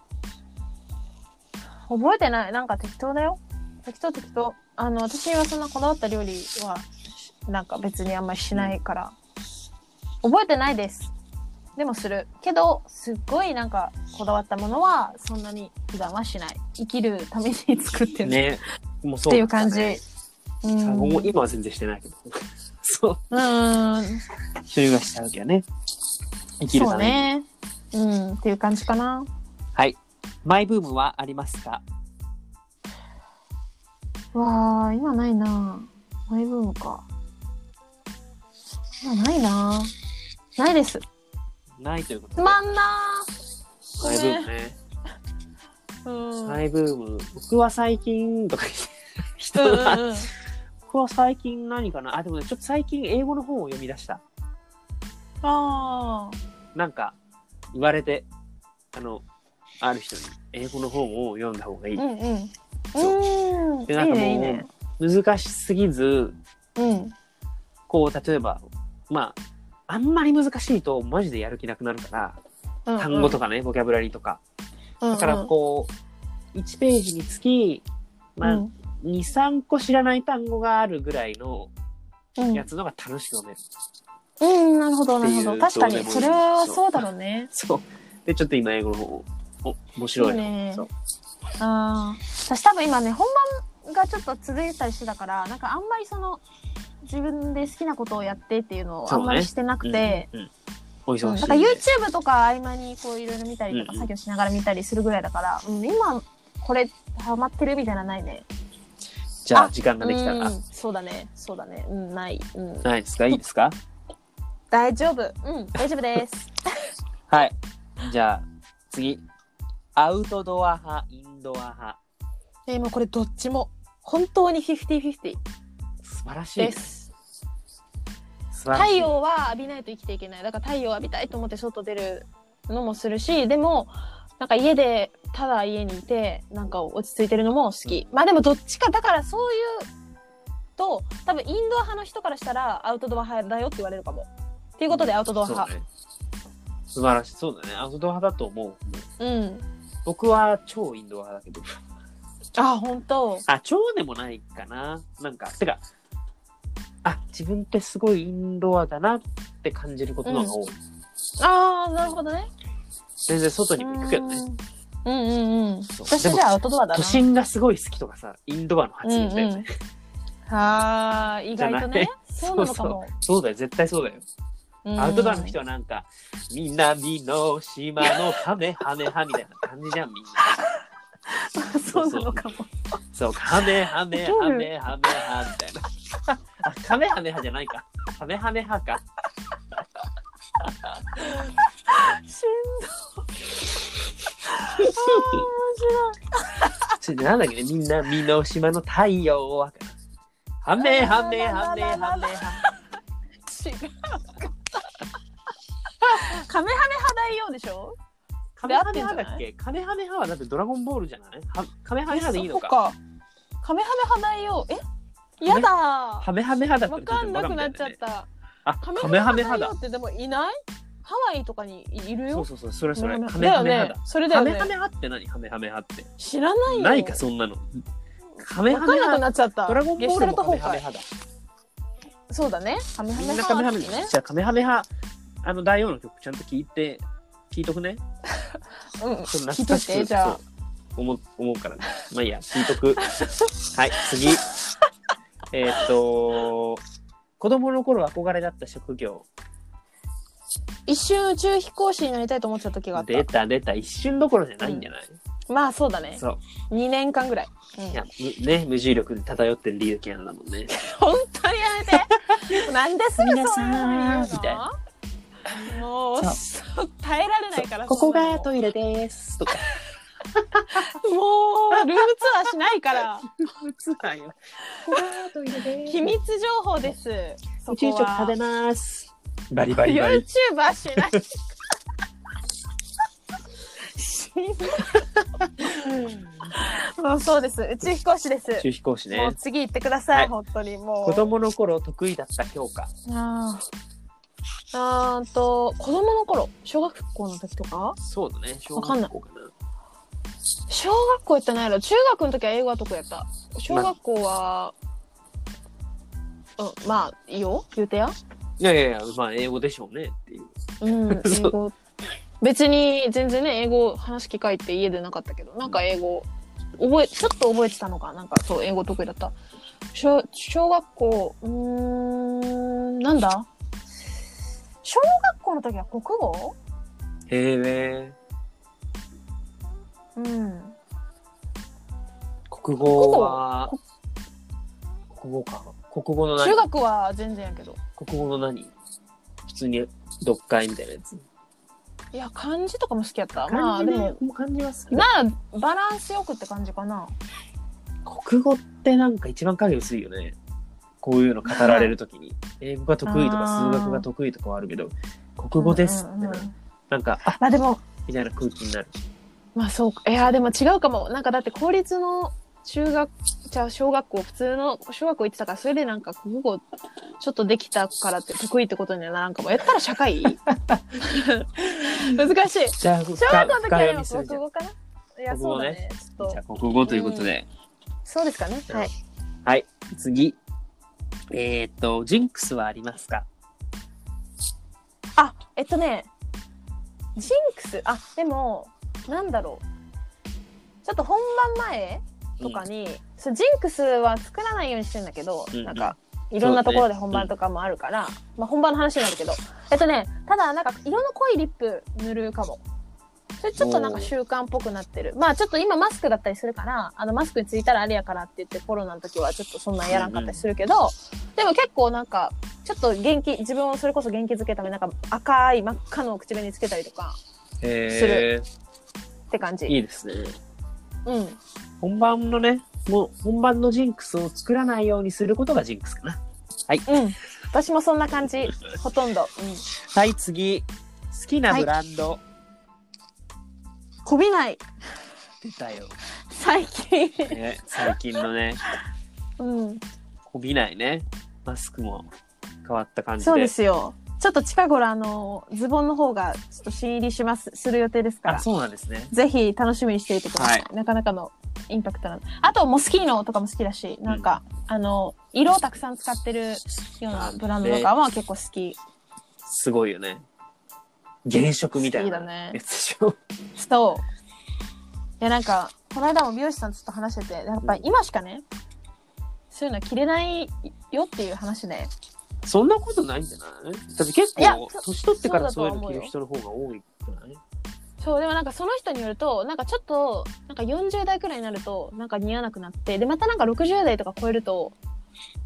Speaker 1: 覚えてないなんか適当だよ適当適当あの私はそんなこだわった料理はなんか別にあんまりしないから、覚えてないですでもするけどすっごいなんかこだわったものはそんなに普段はしない生きるために作ってる、
Speaker 2: ね。もうそ
Speaker 1: っ
Speaker 2: う、
Speaker 1: ていう感じ、。うん
Speaker 2: さもう
Speaker 1: う
Speaker 2: 今は全然してないけど。 <laughs> そう。
Speaker 1: ん
Speaker 2: 一人暮らししたわけはね。生きる
Speaker 1: そう
Speaker 2: ために。
Speaker 1: ねうんっていう感じかな
Speaker 2: はい。マイブームはありますか
Speaker 1: わあ、今ないな。マイブームか。今ないな。ないです。
Speaker 2: ないということ
Speaker 1: つ
Speaker 2: で。
Speaker 1: まんな
Speaker 2: マイブームね。
Speaker 1: ー。うん。
Speaker 2: マイブーム。僕は最近、とか言って人
Speaker 1: うん
Speaker 2: は、
Speaker 1: うんうん
Speaker 2: 僕は最近何かなあ、でもね、ちょっと最近英語の本を読み出した。
Speaker 1: あー
Speaker 2: なんか言われてあのある人に英語の本を読んだ方がいい、
Speaker 1: うんうん。
Speaker 2: そう
Speaker 1: う
Speaker 2: で
Speaker 1: ー
Speaker 2: なん
Speaker 1: ん。いい
Speaker 2: かもう
Speaker 1: ね、いいね。
Speaker 2: 難しすぎず
Speaker 1: うん。
Speaker 2: こう例えばまああんまり難しいとマジでやる気なくなるから、
Speaker 1: うん
Speaker 2: 単語とかねボキャブラリーとか
Speaker 1: うん
Speaker 2: だからこう1ページにつき、まあ
Speaker 1: うん
Speaker 2: 23個知らない単語があるぐらいの
Speaker 1: うん
Speaker 2: やつのが楽しく読める、
Speaker 1: うん、なるほど、なるほ
Speaker 2: ってい
Speaker 1: ど。
Speaker 2: う
Speaker 1: 確か
Speaker 2: どう
Speaker 1: に、
Speaker 2: でもいい
Speaker 1: それはそうだろうね。
Speaker 2: そうでちょっと今英語の本をお面
Speaker 1: いい
Speaker 2: 白いな
Speaker 1: ね
Speaker 2: そう。
Speaker 1: ああ。私多分今ね、本番がちょっと続いてたりしてたから、なんかあんまりその、自分で好きなことをやってっていうのをあんまりしてなくて、
Speaker 2: うんうんうんお忙しい、
Speaker 1: うん、
Speaker 2: ね
Speaker 1: なんか YouTube とか合間にこういろいろ見たりとか
Speaker 2: うんうん
Speaker 1: 作業しながら見たりするぐらいだから、うん、今これハマってるみたいなのないね。
Speaker 2: じゃ
Speaker 1: あ
Speaker 2: あ時間ができたら、
Speaker 1: うん、そうだね、そうだね、うん、ない、うん、
Speaker 2: ないですかいいですか
Speaker 1: 大丈夫、うん、大丈夫です。
Speaker 2: はい。じゃあ、次。アウトドア派、インドア派。
Speaker 1: <laughs> えー、もうこれどっちも本当にフィフティフィフティ
Speaker 2: 素晴らしいね、
Speaker 1: です。
Speaker 2: 素晴ら
Speaker 1: 太
Speaker 2: しい。
Speaker 1: 陽は浴びないと生きていけない。だから太陽浴びたいと思って外出るのもするし、でもなんか家でただ家にいてなんか落ち着いてるのも好き。まあでもどっちかだからそういうと多分インドア派の人からしたらアウトドア派だよって言われるかも。っていうことでアウトドア
Speaker 2: そう
Speaker 1: 派。
Speaker 2: だね。素晴らしい。そうだね。アウトドア派だと思う。もう
Speaker 1: うん。
Speaker 2: 僕は超インドア派だけど。
Speaker 1: あ本当。
Speaker 2: あ、超でもないかな。なんか、てか、あ、自分ってすごいインドアだなって感じることの方が多い。
Speaker 1: ああなるほどね。
Speaker 2: 全然外にも行くけどね。
Speaker 1: うんうんうん。
Speaker 2: そう
Speaker 1: 私
Speaker 2: でも
Speaker 1: じゃあアウトドアだ
Speaker 2: 都
Speaker 1: な。
Speaker 2: 心がすごい好きとかさ、インドアの
Speaker 1: うん
Speaker 2: 発
Speaker 1: う
Speaker 2: 言だよね。
Speaker 1: ん。ああ意外と
Speaker 2: じゃない
Speaker 1: ね。そうなのかも。
Speaker 2: そうだよ、絶対そうだよ。
Speaker 1: うん
Speaker 2: アウトドアの人はなんか、南の島のハメハメハみたいな感じじゃん、みんな。
Speaker 1: そうなのかも。
Speaker 2: そう、ハメハメ
Speaker 1: どう
Speaker 2: ハメハメハみたいな。あ、カメハメハじゃないか。ハメハメハか。
Speaker 1: しんどい。あ
Speaker 2: ちょっとなんだっけね、南の島の太陽はかな。ハメハメハメハメハ。
Speaker 1: ー面白い。違うか。カメハメ派大王でしょ。
Speaker 2: カメハメハだっけカメハメハはだってドラゴンボールじゃないはカメハメハでいいの
Speaker 1: そっ
Speaker 2: か。
Speaker 1: カメハメ派大王。え、やだ。わ
Speaker 2: ハメハメハだったら
Speaker 1: かんな
Speaker 2: ちょ
Speaker 1: く
Speaker 2: っとバカ
Speaker 1: なっ
Speaker 2: み
Speaker 1: ちゃ
Speaker 2: たい
Speaker 1: っ
Speaker 2: ね。
Speaker 1: た。
Speaker 2: あ、
Speaker 1: カ
Speaker 2: カ
Speaker 1: メ
Speaker 2: メ
Speaker 1: ハ
Speaker 2: ハ
Speaker 1: メ
Speaker 2: メハ
Speaker 1: 派大
Speaker 2: だ
Speaker 1: 王っ。てでもいない？ハワイとかにいる
Speaker 2: そ
Speaker 1: よ
Speaker 2: う。そうそう、それそ
Speaker 1: カメ
Speaker 2: れ。
Speaker 1: ハメ
Speaker 2: カ
Speaker 1: 派
Speaker 2: メハメ
Speaker 1: だよ
Speaker 2: ハ
Speaker 1: ね
Speaker 2: だ。。
Speaker 1: それだ
Speaker 2: カ
Speaker 1: よ
Speaker 2: メハメ
Speaker 1: ね。
Speaker 2: ハって何ハメハメハって。
Speaker 1: 知らないよ。
Speaker 2: ないか、そんなの。ハメ
Speaker 1: わ
Speaker 2: ハ
Speaker 1: かん
Speaker 2: メ
Speaker 1: なく
Speaker 2: だ。
Speaker 1: なっちゃった。
Speaker 2: ドラゴンボール
Speaker 1: ゲ
Speaker 2: もハ
Speaker 1: シュ
Speaker 2: メ
Speaker 1: タと
Speaker 2: ハメ
Speaker 1: 崩壊。
Speaker 2: 派だ。
Speaker 1: そうだね。ハメハメ
Speaker 2: みんなカメハメ
Speaker 1: 派だね。
Speaker 2: じゃあカメハメ派、あの、第4の曲ちゃんと聞いて、聞いとくね。
Speaker 1: うん。聞
Speaker 2: ちょっと
Speaker 1: いと
Speaker 2: 懐か
Speaker 1: い、
Speaker 2: してく
Speaker 1: じゃあ。
Speaker 2: そう思う思うからね。まあいいや、聞いとく。はい、次。えーっと、子供の頃憧れだった職業。
Speaker 1: 一瞬宇宙飛行士になりたいと思ってた時があっ
Speaker 2: 出た出た、一瞬どころじゃないんじゃない、
Speaker 1: た。まあそうだね。
Speaker 2: そう。
Speaker 1: 2年間ぐらい。うん
Speaker 2: いや、むね、無重力で漂ってるリュウキャンだもんね。
Speaker 1: <laughs> 本当にやめ
Speaker 2: <laughs>
Speaker 1: てなんですぐそういうの言うの
Speaker 2: 皆さんみたいな
Speaker 1: もうそう耐えられないから
Speaker 2: ここが
Speaker 1: そんなの
Speaker 2: トイレです。とか。
Speaker 1: もうルームツアーしないから
Speaker 2: よ。ここがトイレで
Speaker 1: 秘密情報ですそ
Speaker 2: 宇宙
Speaker 1: こ
Speaker 2: 食
Speaker 1: は
Speaker 2: 食べます。バリバリバリ。
Speaker 1: YouTuber し
Speaker 2: <laughs>
Speaker 1: ない死ぬ <laughs> もうそうです宇宙飛行士です
Speaker 2: 宇宙飛行士
Speaker 1: もう
Speaker 2: ね。
Speaker 1: 次行ってください、
Speaker 2: はい
Speaker 1: 本当にもう
Speaker 2: 子供の頃得意だった教科。
Speaker 1: あーあーんと子供の頃小学校の時とか
Speaker 2: そうだね。小
Speaker 1: わかんな
Speaker 2: 学
Speaker 1: い
Speaker 2: 校かな。
Speaker 1: 小学校行ってないの中学の時は英語は得意やった小学校は、うんまあいいよ言うてや
Speaker 2: いやいやいや、まあ英語でしょうねっていう。
Speaker 1: <laughs> うん英
Speaker 2: そう
Speaker 1: 語別に全然ね英語話機会って家でなかったけどなんか英語覚えちょっと覚えてたのかなんかそう英語得意だった小小学校うーんなんだ小学校の時は国語
Speaker 2: へえ。
Speaker 1: うん
Speaker 2: 国語は、国語か。国語の
Speaker 1: 中
Speaker 2: 何
Speaker 1: 学は全然やけど
Speaker 2: 国語の何普通に読解みたいなやつ。
Speaker 1: いや漢字とかも好きやったま
Speaker 2: 漢
Speaker 1: あ
Speaker 2: 字
Speaker 1: で
Speaker 2: ね
Speaker 1: も
Speaker 2: もう漢字は好きだ
Speaker 1: なあバランスよくって感じかな
Speaker 2: 国語ってなんか一番影薄いよねこういうの語られるとき <laughs> に英語が得意とか
Speaker 1: あー
Speaker 2: 数学が得意とかはあるけど国語ですって
Speaker 1: うんうん
Speaker 2: な,、
Speaker 1: うん
Speaker 2: なんかあ
Speaker 1: まあでも
Speaker 2: みたいな空気になる
Speaker 1: まあそうかいやでも違うかもなんかだって公立の中学じゃあ小学校普通の小学校行ってたからそれでなんか国語ちょっとできたからって得意ってことにはならんかもやったら社 <laughs> 会
Speaker 2: <laughs>
Speaker 1: 難しい
Speaker 2: じゃあ深
Speaker 1: 小学校の時
Speaker 2: 深
Speaker 1: はでも
Speaker 2: 読みする
Speaker 1: 国
Speaker 2: じゃん
Speaker 1: 語かないや
Speaker 2: 国
Speaker 1: そ
Speaker 2: 語
Speaker 1: うだ
Speaker 2: ね
Speaker 1: ねちょっ
Speaker 2: じゃ
Speaker 1: と
Speaker 2: あ国語ということで、
Speaker 1: そうですかねはい
Speaker 2: はい次えー、っとジンクスはありますか
Speaker 1: あえっとねジンクスあでもなんだろうちょっと本番前とかに、そうジンクスは作らないようにしてんだけど、
Speaker 2: うんうん
Speaker 1: なんかいろんなところで本番とかもあるから、まあ、本番の話になるけどえっとねただなんか色の濃いリップ塗るかもそれちょっとなんか習慣っぽくなってるまあちょっと今マスクだったりするからあのマスクについたらあれやからって言ってコロナの時はちょっとそんなんやらんかったりするけど、でも結構なんかちょっと元気自分をそれこそ元気づけるためになんか赤い真っ赤の口紅つけたりとか
Speaker 2: え
Speaker 1: って感じ
Speaker 2: いいですね
Speaker 1: うん
Speaker 2: 本番のねもう本番のジンクスを作らないようにすることがジンクスかな
Speaker 1: うん私もそんな感じほとんど、うん、
Speaker 2: はい次好きなブランド、
Speaker 1: こびない
Speaker 2: 出たよ
Speaker 1: 最近
Speaker 2: ね、最近のね、
Speaker 1: うん
Speaker 2: こびないね。マスクも変わった感じで。
Speaker 1: そうですよちょっと近頃あのズボンの方がちょっと新入りしますする予定ですか
Speaker 2: あ、
Speaker 1: ら
Speaker 2: そうなんですね。
Speaker 1: ぜひ楽しみにしていてください、なかなかのインパクトなのあとモスキーノとかも好きだしなんか、あの色をたくさん使ってるようなブランドとかは結構好き
Speaker 2: すごいよね。原色みたい
Speaker 1: 好
Speaker 2: な。
Speaker 1: きだね
Speaker 2: やつでしょ。
Speaker 1: そういやなんかこの間も美容師さんとちょっと話しててやっぱり今しかね、そういうの着れないよっていう話で
Speaker 2: そんなことないんじゃないだって結
Speaker 1: いや
Speaker 2: 構、年取ってから
Speaker 1: そ
Speaker 2: そうう
Speaker 1: だ
Speaker 2: い
Speaker 1: と
Speaker 2: う
Speaker 1: 思
Speaker 2: の
Speaker 1: う
Speaker 2: 着
Speaker 1: よ
Speaker 2: る人の方が多いくない
Speaker 1: そうでもなんかその人によるとなんかちょっとなんか40代くらいになるとなんか似合わなくなってでまたなんか60代とか超えると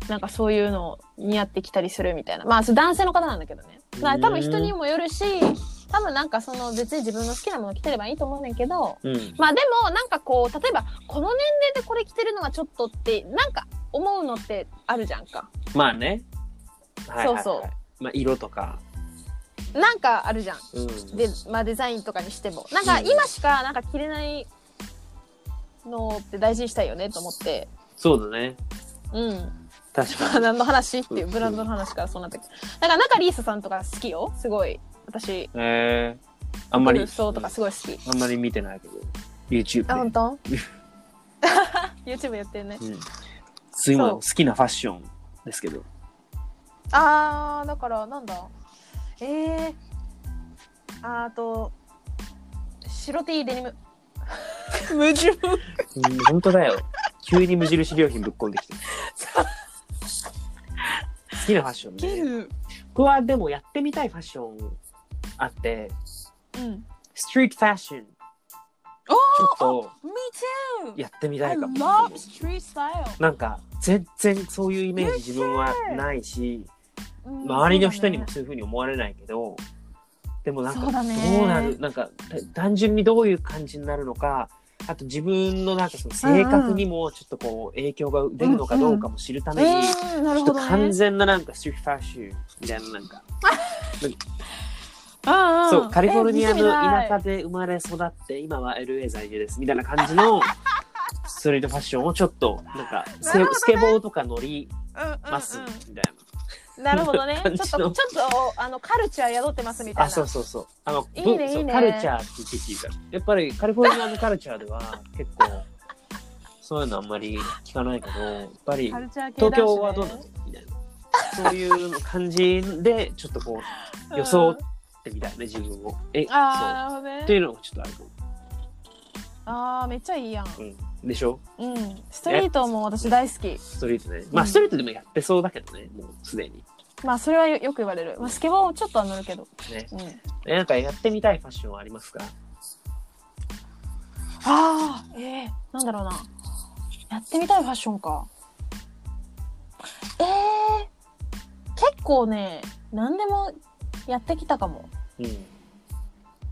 Speaker 1: なんかそういうの似合ってきたりするみたいなまあそう男性の方なんだけどねまあ多分人にもよるし多分なんかその別に自分の好きなもの着てればいいと思うねんけど
Speaker 2: うん。
Speaker 1: まあでもなんかこう例えばこの年齢でこれ着てるのはちょっとってなんか思うのってあるじゃんか
Speaker 2: まあね。はいはいはい、。
Speaker 1: そうそう
Speaker 2: まあ、色とか。
Speaker 1: なんかあるじゃん
Speaker 2: うん。
Speaker 1: で、まあ、デザインとかにしてもなんか
Speaker 2: うん
Speaker 1: 今しかなんか着れないのって大事にしたいよねと思って
Speaker 2: そうだね。
Speaker 1: うん <laughs>
Speaker 2: 確かに。
Speaker 1: 何の話っていうブランドの話からそうなったけどだから中リーサさんとか好きよすごい私
Speaker 2: えー、あんまり、
Speaker 1: 服装とかすごい好き、 <laughs>
Speaker 2: あんまり見てないけど。YouTube
Speaker 1: あ本
Speaker 2: で。
Speaker 1: 当 y o YouTube やってるね。
Speaker 2: うん、そういうもの好きなファッションですけど
Speaker 1: あー、だから、なんだえー、あーあと、白 T デニ <laughs> ム。矛盾。
Speaker 2: うん本当だよ急に無印良品ぶっ込んできて好きなファッション
Speaker 1: ゲ
Speaker 2: ね
Speaker 1: ル。
Speaker 2: 僕はでもやってみたいファッションあって
Speaker 1: うん。
Speaker 2: ストリートファッションち
Speaker 1: おー
Speaker 2: ょっと
Speaker 1: Me
Speaker 2: やってみ
Speaker 1: too!
Speaker 2: た
Speaker 1: I
Speaker 2: いかも
Speaker 1: love street style.
Speaker 2: なんか全然そういうイメージ自分はないし
Speaker 1: うん
Speaker 2: 周りの人にもそういうふうに思われないけどでもなんか
Speaker 1: そうだね
Speaker 2: どうなるなんかた単純にどういう感じになるのかあと自分のなんかその性格にもちょっとこう影響が出るのかどうかも知るた
Speaker 1: え
Speaker 2: めに、
Speaker 1: ー、な
Speaker 2: ち
Speaker 1: る
Speaker 2: ょ
Speaker 1: ほ
Speaker 2: っと
Speaker 1: どね。
Speaker 2: 完全ななんかストリートファッションみたいななんか、
Speaker 1: うんん
Speaker 2: そうカリフォルニアの
Speaker 1: え見て
Speaker 2: 田
Speaker 1: みた
Speaker 2: 舎
Speaker 1: い
Speaker 2: で生まれ育って今は LA 在住ですみたいな感じのストリートファッションをちょっとなんかスケ,、
Speaker 1: なるほどね
Speaker 2: スケボーとか乗り
Speaker 1: うんうんうん
Speaker 2: ますみたいな、
Speaker 1: なるほどね。ちょ
Speaker 2: 感
Speaker 1: っ
Speaker 2: じ
Speaker 1: と
Speaker 2: の
Speaker 1: ちょっとあのカルチャー宿ってますみたいな。
Speaker 2: あそうそうそうあの
Speaker 1: いいね
Speaker 2: ぶ
Speaker 1: いいね
Speaker 2: そうカルチャーって言って聞いたらやっぱりカリフォルニアのカルチャーでは結構そういうのあんまり聞かないけどやっぱり
Speaker 1: カルチャー系男子ね
Speaker 2: 東京はどうなのみたいなそういう感じでちょっとこう
Speaker 1: うん
Speaker 2: 装ってみたいね自分をえそうっ
Speaker 1: ああなるほど
Speaker 2: てい
Speaker 1: ね。
Speaker 2: うのもちょっとあるかも、
Speaker 1: ああめっちゃいいやん。
Speaker 2: うん、でしょ
Speaker 1: うん。ストリートも私大好き。
Speaker 2: ストリートねまあ
Speaker 1: うん
Speaker 2: ストリートでもやってそうだけどねもうすでに
Speaker 1: まあそれはよよく言われる。まあスケボーちょっとは乗るけど。
Speaker 2: ね
Speaker 1: うん。
Speaker 2: えなんかやってみたいファッションはありますか
Speaker 1: ああえー、なんだろうな。やってみたいファッションか。えー、結構ね何でもやってきたかも。
Speaker 2: うん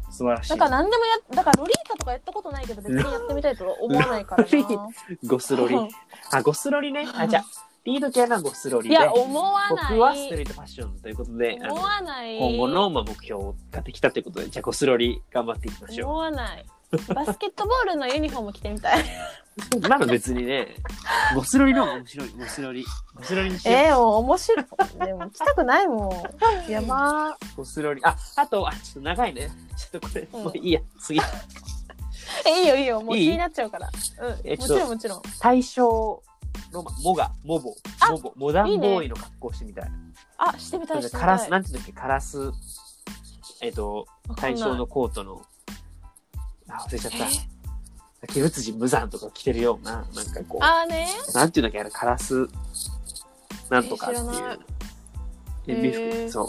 Speaker 2: 素晴らしい
Speaker 1: だから何でもやだからロリータとかやったことないけど別にやってみたいとは思わないからな。
Speaker 2: ロリーゴスロリ
Speaker 1: うん
Speaker 2: あゴスロリねあじゃあリード系なゴスロリ
Speaker 1: い
Speaker 2: で
Speaker 1: や思わない。
Speaker 2: 僕はストリートファッションということであ
Speaker 1: 思
Speaker 2: の
Speaker 1: わない。
Speaker 2: 今後のまあ目標ができたということでじゃあゴスロリ頑張っていきまし
Speaker 1: 思
Speaker 2: ょ
Speaker 1: わない。バスケットボールのユニフォーム着てみ
Speaker 2: <laughs>
Speaker 1: たい。
Speaker 2: うまだ別にねゴスロリの方が面白いゴスロリゴスロリにしよう、
Speaker 1: えー、もう面白い。でも着たくないもん。やばー。
Speaker 2: ゴスロリああとあちょっと長いねちょっとこれ、
Speaker 1: うん
Speaker 2: もういいや次
Speaker 1: <laughs> えいいよいいよ。もう
Speaker 2: いい
Speaker 1: 気になっちゃうから。うん。
Speaker 2: え
Speaker 1: も
Speaker 2: ちょっ
Speaker 1: ち
Speaker 2: と
Speaker 1: ろんもちろん。
Speaker 2: 大正ロマンモガモボモボモダ
Speaker 1: い
Speaker 2: ン
Speaker 1: いね
Speaker 2: ボーイの格好してみたい
Speaker 1: あ、してみたいしてみ
Speaker 2: カ
Speaker 1: た
Speaker 2: ラス
Speaker 1: い。
Speaker 2: なんていうんだっけカラスえっ、と
Speaker 1: わかん
Speaker 2: 対
Speaker 1: ない
Speaker 2: 象のコートのあ忘れちゃった鬼ツジ無惨とか着てるようななんかこう
Speaker 1: あーね。
Speaker 2: なんていうんだっけあれカラスなんとかって
Speaker 1: え知
Speaker 2: い
Speaker 1: らないう
Speaker 2: えビュッ
Speaker 1: へ
Speaker 2: フ
Speaker 1: ー
Speaker 2: そう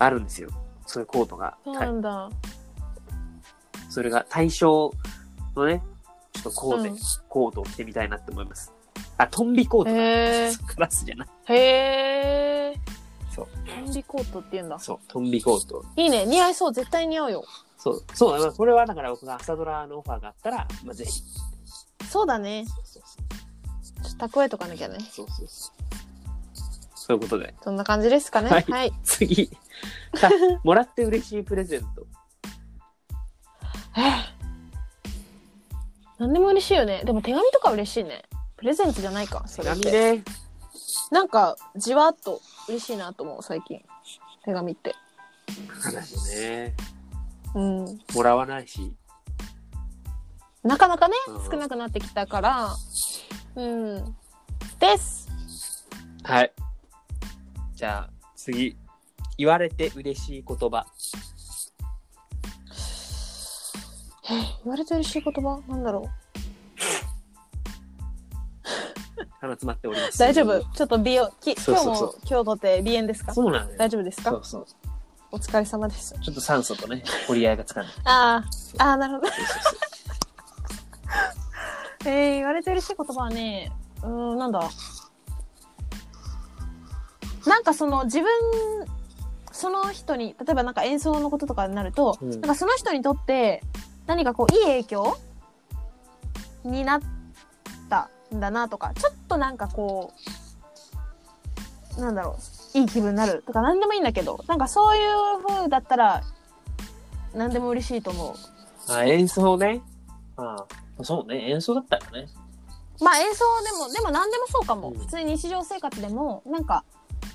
Speaker 2: あるんですよそういうコートが
Speaker 1: そう
Speaker 2: た
Speaker 1: なんだ。
Speaker 2: それが対象のねちょっとコーデ、
Speaker 1: うん
Speaker 2: コートを着てみたいなって思いますあトンビコートだ、
Speaker 1: へー
Speaker 2: そうカラスじゃない
Speaker 1: へえ。
Speaker 2: <laughs> そう。
Speaker 1: コンビコートって言うんだ。
Speaker 2: そうトンビコート
Speaker 1: いいね。似合いそう。絶対似合うよ。
Speaker 2: そうそうだなこれはだから僕が朝ドラのオファーがあったら、まあ、ぜひ
Speaker 1: そうだね。
Speaker 2: そうそうそう
Speaker 1: ちょっと蓄えとかなきゃね。
Speaker 2: そうそうそう。そういう <laughs> ことで、
Speaker 1: そんな感じですかね。
Speaker 2: はい
Speaker 1: はい
Speaker 2: 次。さもらって嬉しいプレゼント。
Speaker 1: 何でも嬉しいよねでも手紙とか嬉しいねプレゼントじゃないかそ
Speaker 2: 手
Speaker 1: れっ
Speaker 2: 紙
Speaker 1: て、
Speaker 2: ね。
Speaker 1: なんかじわっと嬉しいなと思う最近手紙って
Speaker 2: 話ね。
Speaker 1: うん
Speaker 2: もらわないし。
Speaker 1: なかなかね
Speaker 2: うん
Speaker 1: 少なくなってきたからうんです
Speaker 2: はい。じゃあ、次。言われて嬉しい言葉。
Speaker 1: 言われて嬉しい言葉なんだろ
Speaker 2: 鼻詰まっておりま
Speaker 1: う
Speaker 2: す。
Speaker 1: 大丈夫ちょっと美容き
Speaker 2: そうそうそ
Speaker 1: 今
Speaker 2: う
Speaker 1: 日も今日のって鼻炎ですか
Speaker 2: そうなのよ。
Speaker 1: 大丈夫です
Speaker 2: そ
Speaker 1: か
Speaker 2: うそう。
Speaker 1: お疲れ様です
Speaker 2: ちょっと酸素とね、折り合いがつかない。
Speaker 1: あーあーなるほど <laughs> えー、言われて嬉しい言葉はねうーんなんだなんかその自分その人に例えばなんか演奏のこととかになると、
Speaker 2: うん
Speaker 1: なんかその人にとって何かこういい影響になったんだなとかちょっとなんかこうなんだろういい気分になるとか何でもいいんだけどなんかそういう風だったら何でも嬉しいと思
Speaker 2: <laughs> あ、演奏ね。ああ、そうね。演奏だったよね。
Speaker 1: うまあ演奏でもでも何でもそうかも、
Speaker 2: うん
Speaker 1: 普通に日常生活でもなんか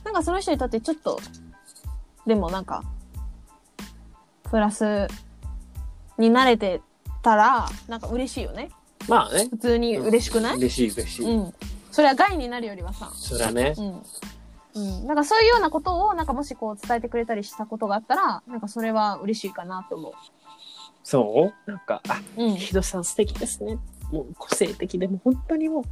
Speaker 1: なんかその人にとってちょっとでもなんかプラスになれてたらなんか嬉しいよね
Speaker 2: まあね
Speaker 1: 普通に嬉しくない、
Speaker 2: 嬉しい嬉しい、
Speaker 1: うん。それは害になるよりはさ。
Speaker 2: そりゃね
Speaker 1: うん。うん。なんかそういうようなことを、なんかもしこう伝えてくれたりしたことがあったら、なんかそれは嬉しいかなと思
Speaker 2: そうなんかあ
Speaker 1: う。うん。
Speaker 2: 木戸さん素敵ですねもう個性的でもう本当にもうほん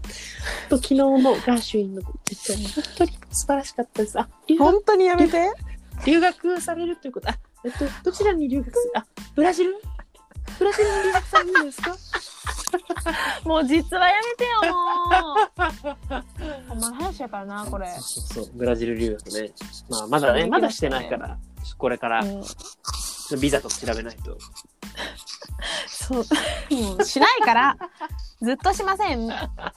Speaker 2: と昨日のガーシュウィンの実は本当に素晴らしかったですあ留学
Speaker 1: 当にや
Speaker 2: め
Speaker 1: て。
Speaker 2: 留学されるということあえっとどちらに留学するあブラジルブラジルに留学されるんですか
Speaker 1: <laughs> もう実はやめてよ、も <laughs> う。お前話やからな、これ。
Speaker 2: そうそうそうブラジル留学ねまあまだねまだしてないからこれから
Speaker 1: うん
Speaker 2: ビザとか調べないと
Speaker 1: そう。もうしないから、ずっとしません。だか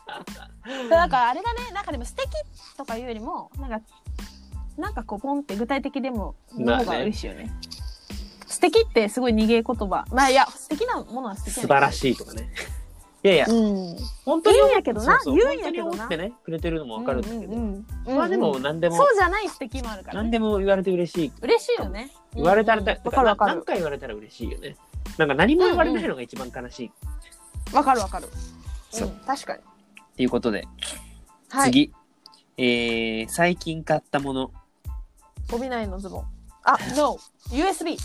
Speaker 1: らあれだね、なんかでも素敵とかいうよりも、なんか、なんかこうポンって具体的でも、の方が嬉しいよね。素敵ってすごい逃げ言葉。まあいや、素敵なものは素敵
Speaker 2: 素晴ら
Speaker 1: い。
Speaker 2: しいとかねいやいや
Speaker 1: うん。
Speaker 2: 本当に思
Speaker 1: 言う
Speaker 2: っ
Speaker 1: んやけどな
Speaker 2: そうそう
Speaker 1: 言うんやけどな
Speaker 2: 本当に思ってねくれてるのもわかるんだけど、
Speaker 1: うんうん
Speaker 2: まあでも
Speaker 1: うん
Speaker 2: 何でも、
Speaker 1: そうじゃない素敵もあるから
Speaker 2: 何
Speaker 1: ね。
Speaker 2: でも言われて嬉しい
Speaker 1: 嬉しいよね。
Speaker 2: 言われたらだ、
Speaker 1: うんわかるわか
Speaker 2: 何
Speaker 1: る。
Speaker 2: 回言われたら嬉しいよねなんか何も言われないのが一番悲しい、
Speaker 1: わかるわかる。
Speaker 2: そう
Speaker 1: うん確かに。
Speaker 2: っていうことで、
Speaker 1: はい。
Speaker 2: 次、えー、最近買ったもの
Speaker 1: 帯内のズボン。あ、no。USB。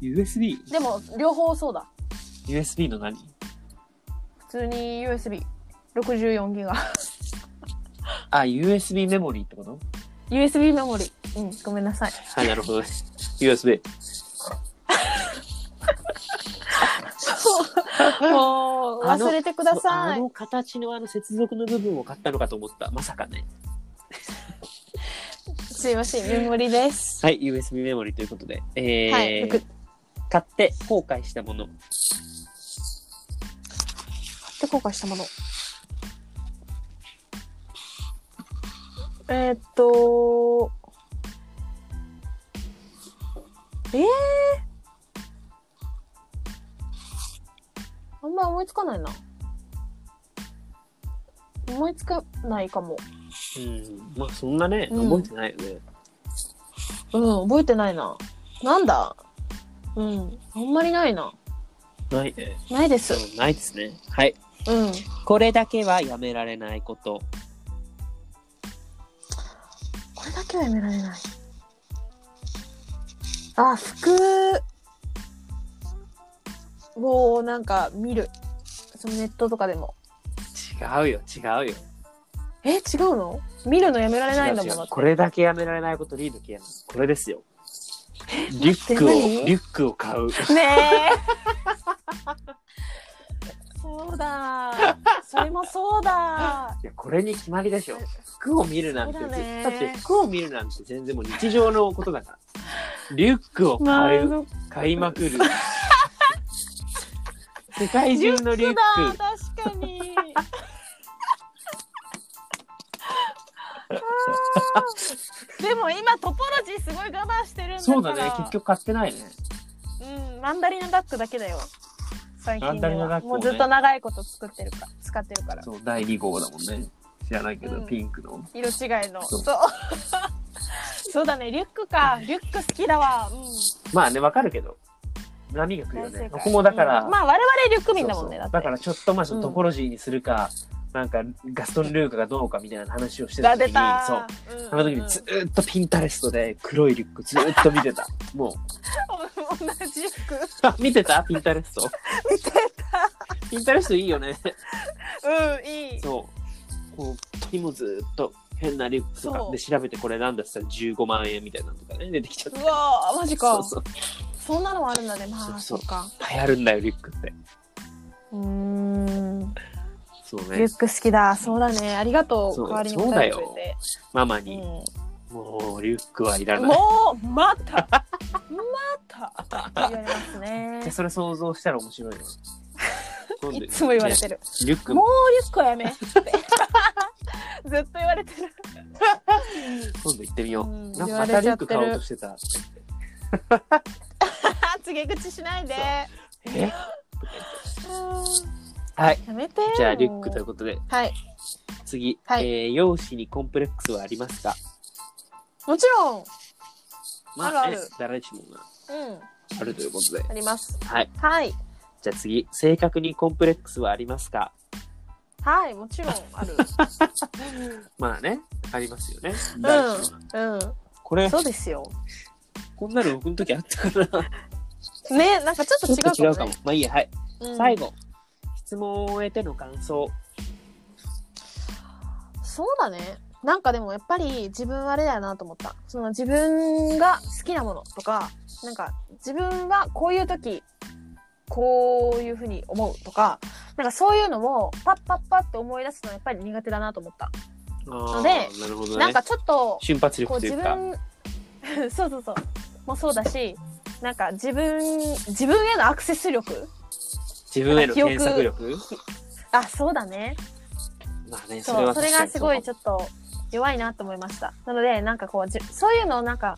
Speaker 2: USB?USB
Speaker 1: でも、両方そうだ。
Speaker 2: の何
Speaker 1: 普通に USB。64ギガ。
Speaker 2: あ USB メモリーってこと
Speaker 1: USB メモリ。うん、ごめんなさい。
Speaker 2: はいなるほど USB
Speaker 1: もう、
Speaker 2: あの
Speaker 1: 忘れてくださ
Speaker 2: あ
Speaker 1: い。
Speaker 2: の形のあの接続の部分を買ったのかと思ったまさかね
Speaker 1: すいません、メモリです。
Speaker 2: はい、USB メモリということで、えー
Speaker 1: はいよく
Speaker 2: 買って後悔したもの。
Speaker 1: で、後悔したもの。えーっと、えー、あんま思いつかないな。思いつかないかも。
Speaker 2: うん、まあそんなね、
Speaker 1: うん
Speaker 2: 覚えてないよね。
Speaker 1: うん、覚えてないな。なんだうん、あんまりないな。
Speaker 2: ないね。
Speaker 1: ないで
Speaker 2: そ
Speaker 1: す。
Speaker 2: う、ないですね。はい。
Speaker 1: うん。
Speaker 2: これだけはやめられないこと。
Speaker 1: これだけはやめられない。あ、服をなんか見る。そのネットとかでも。
Speaker 2: 違うよ、違うよ。
Speaker 1: え、違うの見るのやめられないんだもん
Speaker 2: 違う
Speaker 1: だっ
Speaker 2: 違う
Speaker 1: て
Speaker 2: これだけやめられないこと、リードキアのこれですよ。リュックを、
Speaker 1: 待って何
Speaker 2: リュックを買う。
Speaker 1: ねえ。 <laughs> そうだ。 <laughs> それもそうだ。
Speaker 2: いや、これに決まりでしょ。服を見るなんて、
Speaker 1: そう
Speaker 2: だ
Speaker 1: だね
Speaker 2: って服を見るなんて全然もう日常のことだから。リュックを買う。
Speaker 1: そ
Speaker 2: 買いまくる。世界中のリュッ
Speaker 1: う
Speaker 2: ク。
Speaker 1: だ。確か
Speaker 2: <laughs>
Speaker 1: に。 <laughs> あーでも今トポロジーすごい我慢してるんだから。
Speaker 2: そうだね、結局買ってないね。
Speaker 1: うん、マンダリナダックだけだよ。最近で
Speaker 2: マンダリナダッ
Speaker 1: は
Speaker 2: クを
Speaker 1: も
Speaker 2: ね
Speaker 1: うずっと長いこと作ってるか使ってるから。
Speaker 2: そう、第2号だもんね。知らないけど、
Speaker 1: うん
Speaker 2: ピンクの。
Speaker 1: 色違いの。
Speaker 2: そ
Speaker 1: そうう。 <laughs> そうだね、リュックか。リュック好きだわ。うん。
Speaker 2: まあね、わかるけど、波が来るよ
Speaker 1: 大正解
Speaker 2: ね。ここもだから、
Speaker 1: うんまあ我々リュック
Speaker 2: そ
Speaker 1: 民
Speaker 2: う
Speaker 1: だ
Speaker 2: そ
Speaker 1: も
Speaker 2: うん
Speaker 1: ね。
Speaker 2: だ
Speaker 1: だって
Speaker 2: からちょっとまあ、そ
Speaker 1: う
Speaker 2: の
Speaker 1: ん
Speaker 2: トポロジーにするか、なんか、ガストン・ルーカがどうかみたいな話をして
Speaker 1: だ
Speaker 2: た
Speaker 1: 出
Speaker 2: 時に、
Speaker 1: た。
Speaker 2: そう。
Speaker 1: うんうんうん。
Speaker 2: あの時にずーっとピンタレストで黒いリュックずーっと見てた。
Speaker 1: <laughs>
Speaker 2: もう、
Speaker 1: <laughs> 同じリュッ
Speaker 2: <laughs>
Speaker 1: ク。
Speaker 2: あ見てたピンタレスト。
Speaker 1: 見て
Speaker 2: ピンタレストいいよね。
Speaker 1: た。うん、いい。
Speaker 2: そう。本当にもうずーっと変なリュックとか
Speaker 1: そう
Speaker 2: で調べてこれなんだっつったら15万円みたいなのとかね、出てきちゃっ
Speaker 1: う
Speaker 2: て。
Speaker 1: わーマジ
Speaker 2: そ
Speaker 1: か
Speaker 2: うそう。
Speaker 1: そんなのもあるんだねまあそ
Speaker 2: そ
Speaker 1: う
Speaker 2: そう
Speaker 1: っか
Speaker 2: 流行るんだよ、リュックって。
Speaker 1: うーん
Speaker 2: そう
Speaker 1: リュ
Speaker 2: ね。
Speaker 1: ック好きだそうだねありがとう
Speaker 2: そう
Speaker 1: 代わりに
Speaker 2: そうだ
Speaker 1: 答えて
Speaker 2: よ
Speaker 1: くれて
Speaker 2: ママ
Speaker 1: う
Speaker 2: に、
Speaker 1: ん
Speaker 2: もうリュックはいらない。
Speaker 1: もうまたまた言われますね
Speaker 2: <laughs> でそれ想像したら面白いよ。今度
Speaker 1: いつも言われてる
Speaker 2: リュック
Speaker 1: も
Speaker 2: も
Speaker 1: うリュックは
Speaker 2: <laughs>
Speaker 1: やめってずっと言われてる
Speaker 2: 今度行ってみよう。
Speaker 1: うん
Speaker 2: なんか
Speaker 1: 言
Speaker 2: ま
Speaker 1: わ
Speaker 2: た
Speaker 1: れ
Speaker 2: リ
Speaker 1: ち
Speaker 2: ュ
Speaker 1: ゃ
Speaker 2: ッ
Speaker 1: って
Speaker 2: ク
Speaker 1: る
Speaker 2: 買おうとしてた。
Speaker 1: 告げ口しないで
Speaker 2: え
Speaker 1: うん
Speaker 2: はい。
Speaker 1: やめて
Speaker 2: じゃあリュックという
Speaker 1: も
Speaker 2: ことで、
Speaker 1: うはい
Speaker 2: 次、
Speaker 1: はい
Speaker 2: えー容姿にコンプレックスはありますか
Speaker 1: もちろん
Speaker 2: ま
Speaker 1: あるある
Speaker 2: ね誰しもが
Speaker 1: うん
Speaker 2: あるということで。
Speaker 1: あります
Speaker 2: はい。
Speaker 1: はい
Speaker 2: じゃあ次、性格にコンプレックスはありますか
Speaker 1: はい、もちろんあ
Speaker 2: <laughs>
Speaker 1: る。
Speaker 2: まあね、ありますよね。
Speaker 1: うん。う
Speaker 2: こ <laughs>
Speaker 1: ん。
Speaker 2: れ、
Speaker 1: そうですよ。
Speaker 2: こんなの僕の時あったかな。
Speaker 1: ね、なん <laughs> かちょ
Speaker 2: ちょ
Speaker 1: っ
Speaker 2: っ
Speaker 1: と
Speaker 2: と違
Speaker 1: 違う
Speaker 2: うか
Speaker 1: かも
Speaker 2: も
Speaker 1: ね。。
Speaker 2: まあいいや、はい。
Speaker 1: うん
Speaker 2: 最後、質問を終えての感想。
Speaker 1: そうだね。なんかでもやっぱり自分あれだよなと思った。その自分が好きなものとか、なんか自分はこういう時、こういうふうに思うとか、なんかそういうのをパッパッパって思い出すのはやっぱり苦手だなと思った。
Speaker 2: あ
Speaker 1: ので
Speaker 2: ーなるほどね。
Speaker 1: なんかちょっと、
Speaker 2: 瞬発
Speaker 1: こう
Speaker 2: 力とい
Speaker 1: 自
Speaker 2: うか。
Speaker 1: 分、 <laughs> そうそうそう、もそうだし、なんか自分、自分へのアクセス力
Speaker 2: 自分への
Speaker 1: 記憶
Speaker 2: 検索力
Speaker 1: あ、そうだね。
Speaker 2: まあね、それ
Speaker 1: そう、
Speaker 2: は
Speaker 1: それ
Speaker 2: 確か
Speaker 1: が
Speaker 2: に
Speaker 1: す
Speaker 2: う
Speaker 1: ごいちょっと弱いなと思いました。なので、なんかこう、じそういうのをなんか、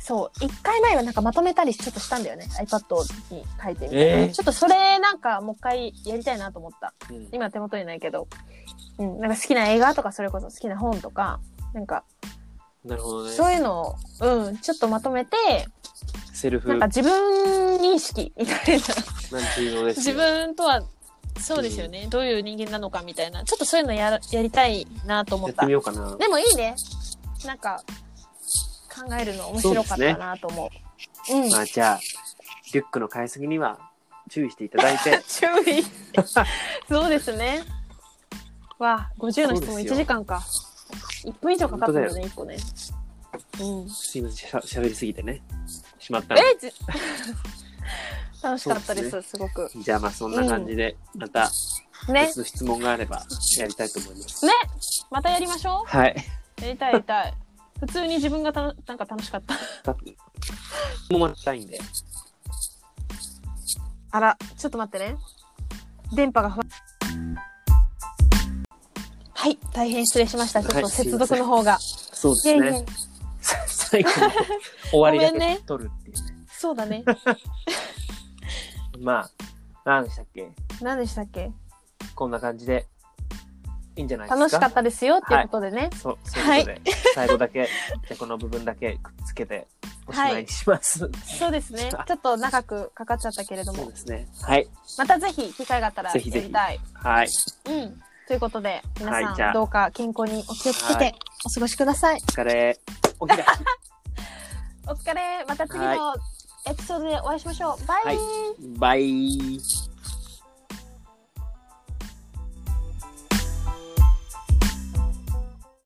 Speaker 1: そう、一回前はなんかまとめたりちょっとしたんだよね。iPad に書いてみて。
Speaker 2: えー
Speaker 1: ちょっとそれなんかもう一回やりたいなと思った。
Speaker 2: うん
Speaker 1: 今手元にないけど。うん、なんか好きな映画とかそれこそ好きな本とか、なんか
Speaker 2: なるほどね。
Speaker 1: そういうのを、うん、ちょっとまとめて、
Speaker 2: セルフ
Speaker 1: なんか自分認識みたいな。
Speaker 2: なんていうのです
Speaker 1: 自
Speaker 2: よ
Speaker 1: 分とは、そうですよね。どういう人間なのかみたいな。ちょっとそういうのややりたいなと思っ
Speaker 2: やって
Speaker 1: た
Speaker 2: み。ようかな。
Speaker 1: でもいいね。なんか、考えるの面白かったなと思う。うん。、
Speaker 2: まあじゃあ、リュックの買いすぎには注意していただいて
Speaker 1: <laughs> 注意。そうですね。わあ、50の質問
Speaker 2: そう
Speaker 1: 1
Speaker 2: ですよ
Speaker 1: 時間か。1分以上かかったんだ
Speaker 2: 本当
Speaker 1: ね、1個ね。うん。
Speaker 2: すいませんしゃ、しゃべりすぎてね、しまったので
Speaker 1: えじ <laughs> 楽しかったです、
Speaker 2: そ
Speaker 1: すごく。
Speaker 2: じゃあまあそんな感じで、また
Speaker 1: ね。
Speaker 2: 別の質問があればやりたいと思います。
Speaker 1: ね。またやりましょ
Speaker 2: はい。
Speaker 1: う。やりたい、やりたい。普通に自分がたのなんか楽しかった。
Speaker 2: ももたいんで。
Speaker 1: あら、ちょっと待ってね。電波が不安。はい、大変失礼しました。ちょっ
Speaker 2: は
Speaker 1: と
Speaker 2: いすい
Speaker 1: 接
Speaker 2: ませ
Speaker 1: 続
Speaker 2: ん
Speaker 1: の方が。
Speaker 2: そう
Speaker 1: い
Speaker 2: で
Speaker 1: や
Speaker 2: す
Speaker 1: い
Speaker 2: ね。
Speaker 1: や、
Speaker 2: 最後の終わりだ
Speaker 1: ごめんね
Speaker 2: け取るっていうね。
Speaker 1: そうだ
Speaker 2: <laughs>
Speaker 1: ね。
Speaker 2: まあ、何でしたっけ
Speaker 1: 何でしたっけ
Speaker 2: こんな感じでいいんじゃないですか。
Speaker 1: 楽しかったですよっていうことでね。
Speaker 2: そう、そういうことで、最後だけ、じゃあこの部分だけくっつけておしまいにします。 <laughs>
Speaker 1: そうですね。ちょっと長くかかっちゃったけれど
Speaker 2: そう
Speaker 1: も、
Speaker 2: ですね。はい。
Speaker 1: またぜひ機会があったらや
Speaker 2: ぜ
Speaker 1: り
Speaker 2: ひぜひ
Speaker 1: たい。
Speaker 2: はい。
Speaker 1: うん。ということで、皆さ
Speaker 2: はい
Speaker 1: ん、
Speaker 2: じゃあ
Speaker 1: どうか健康にお気をつけ
Speaker 2: は
Speaker 1: てお過ごしください。
Speaker 2: お疲れ。おひら。
Speaker 1: お疲れ。また次のエピソードでお会いしましょう。バイ、
Speaker 2: はいバイ。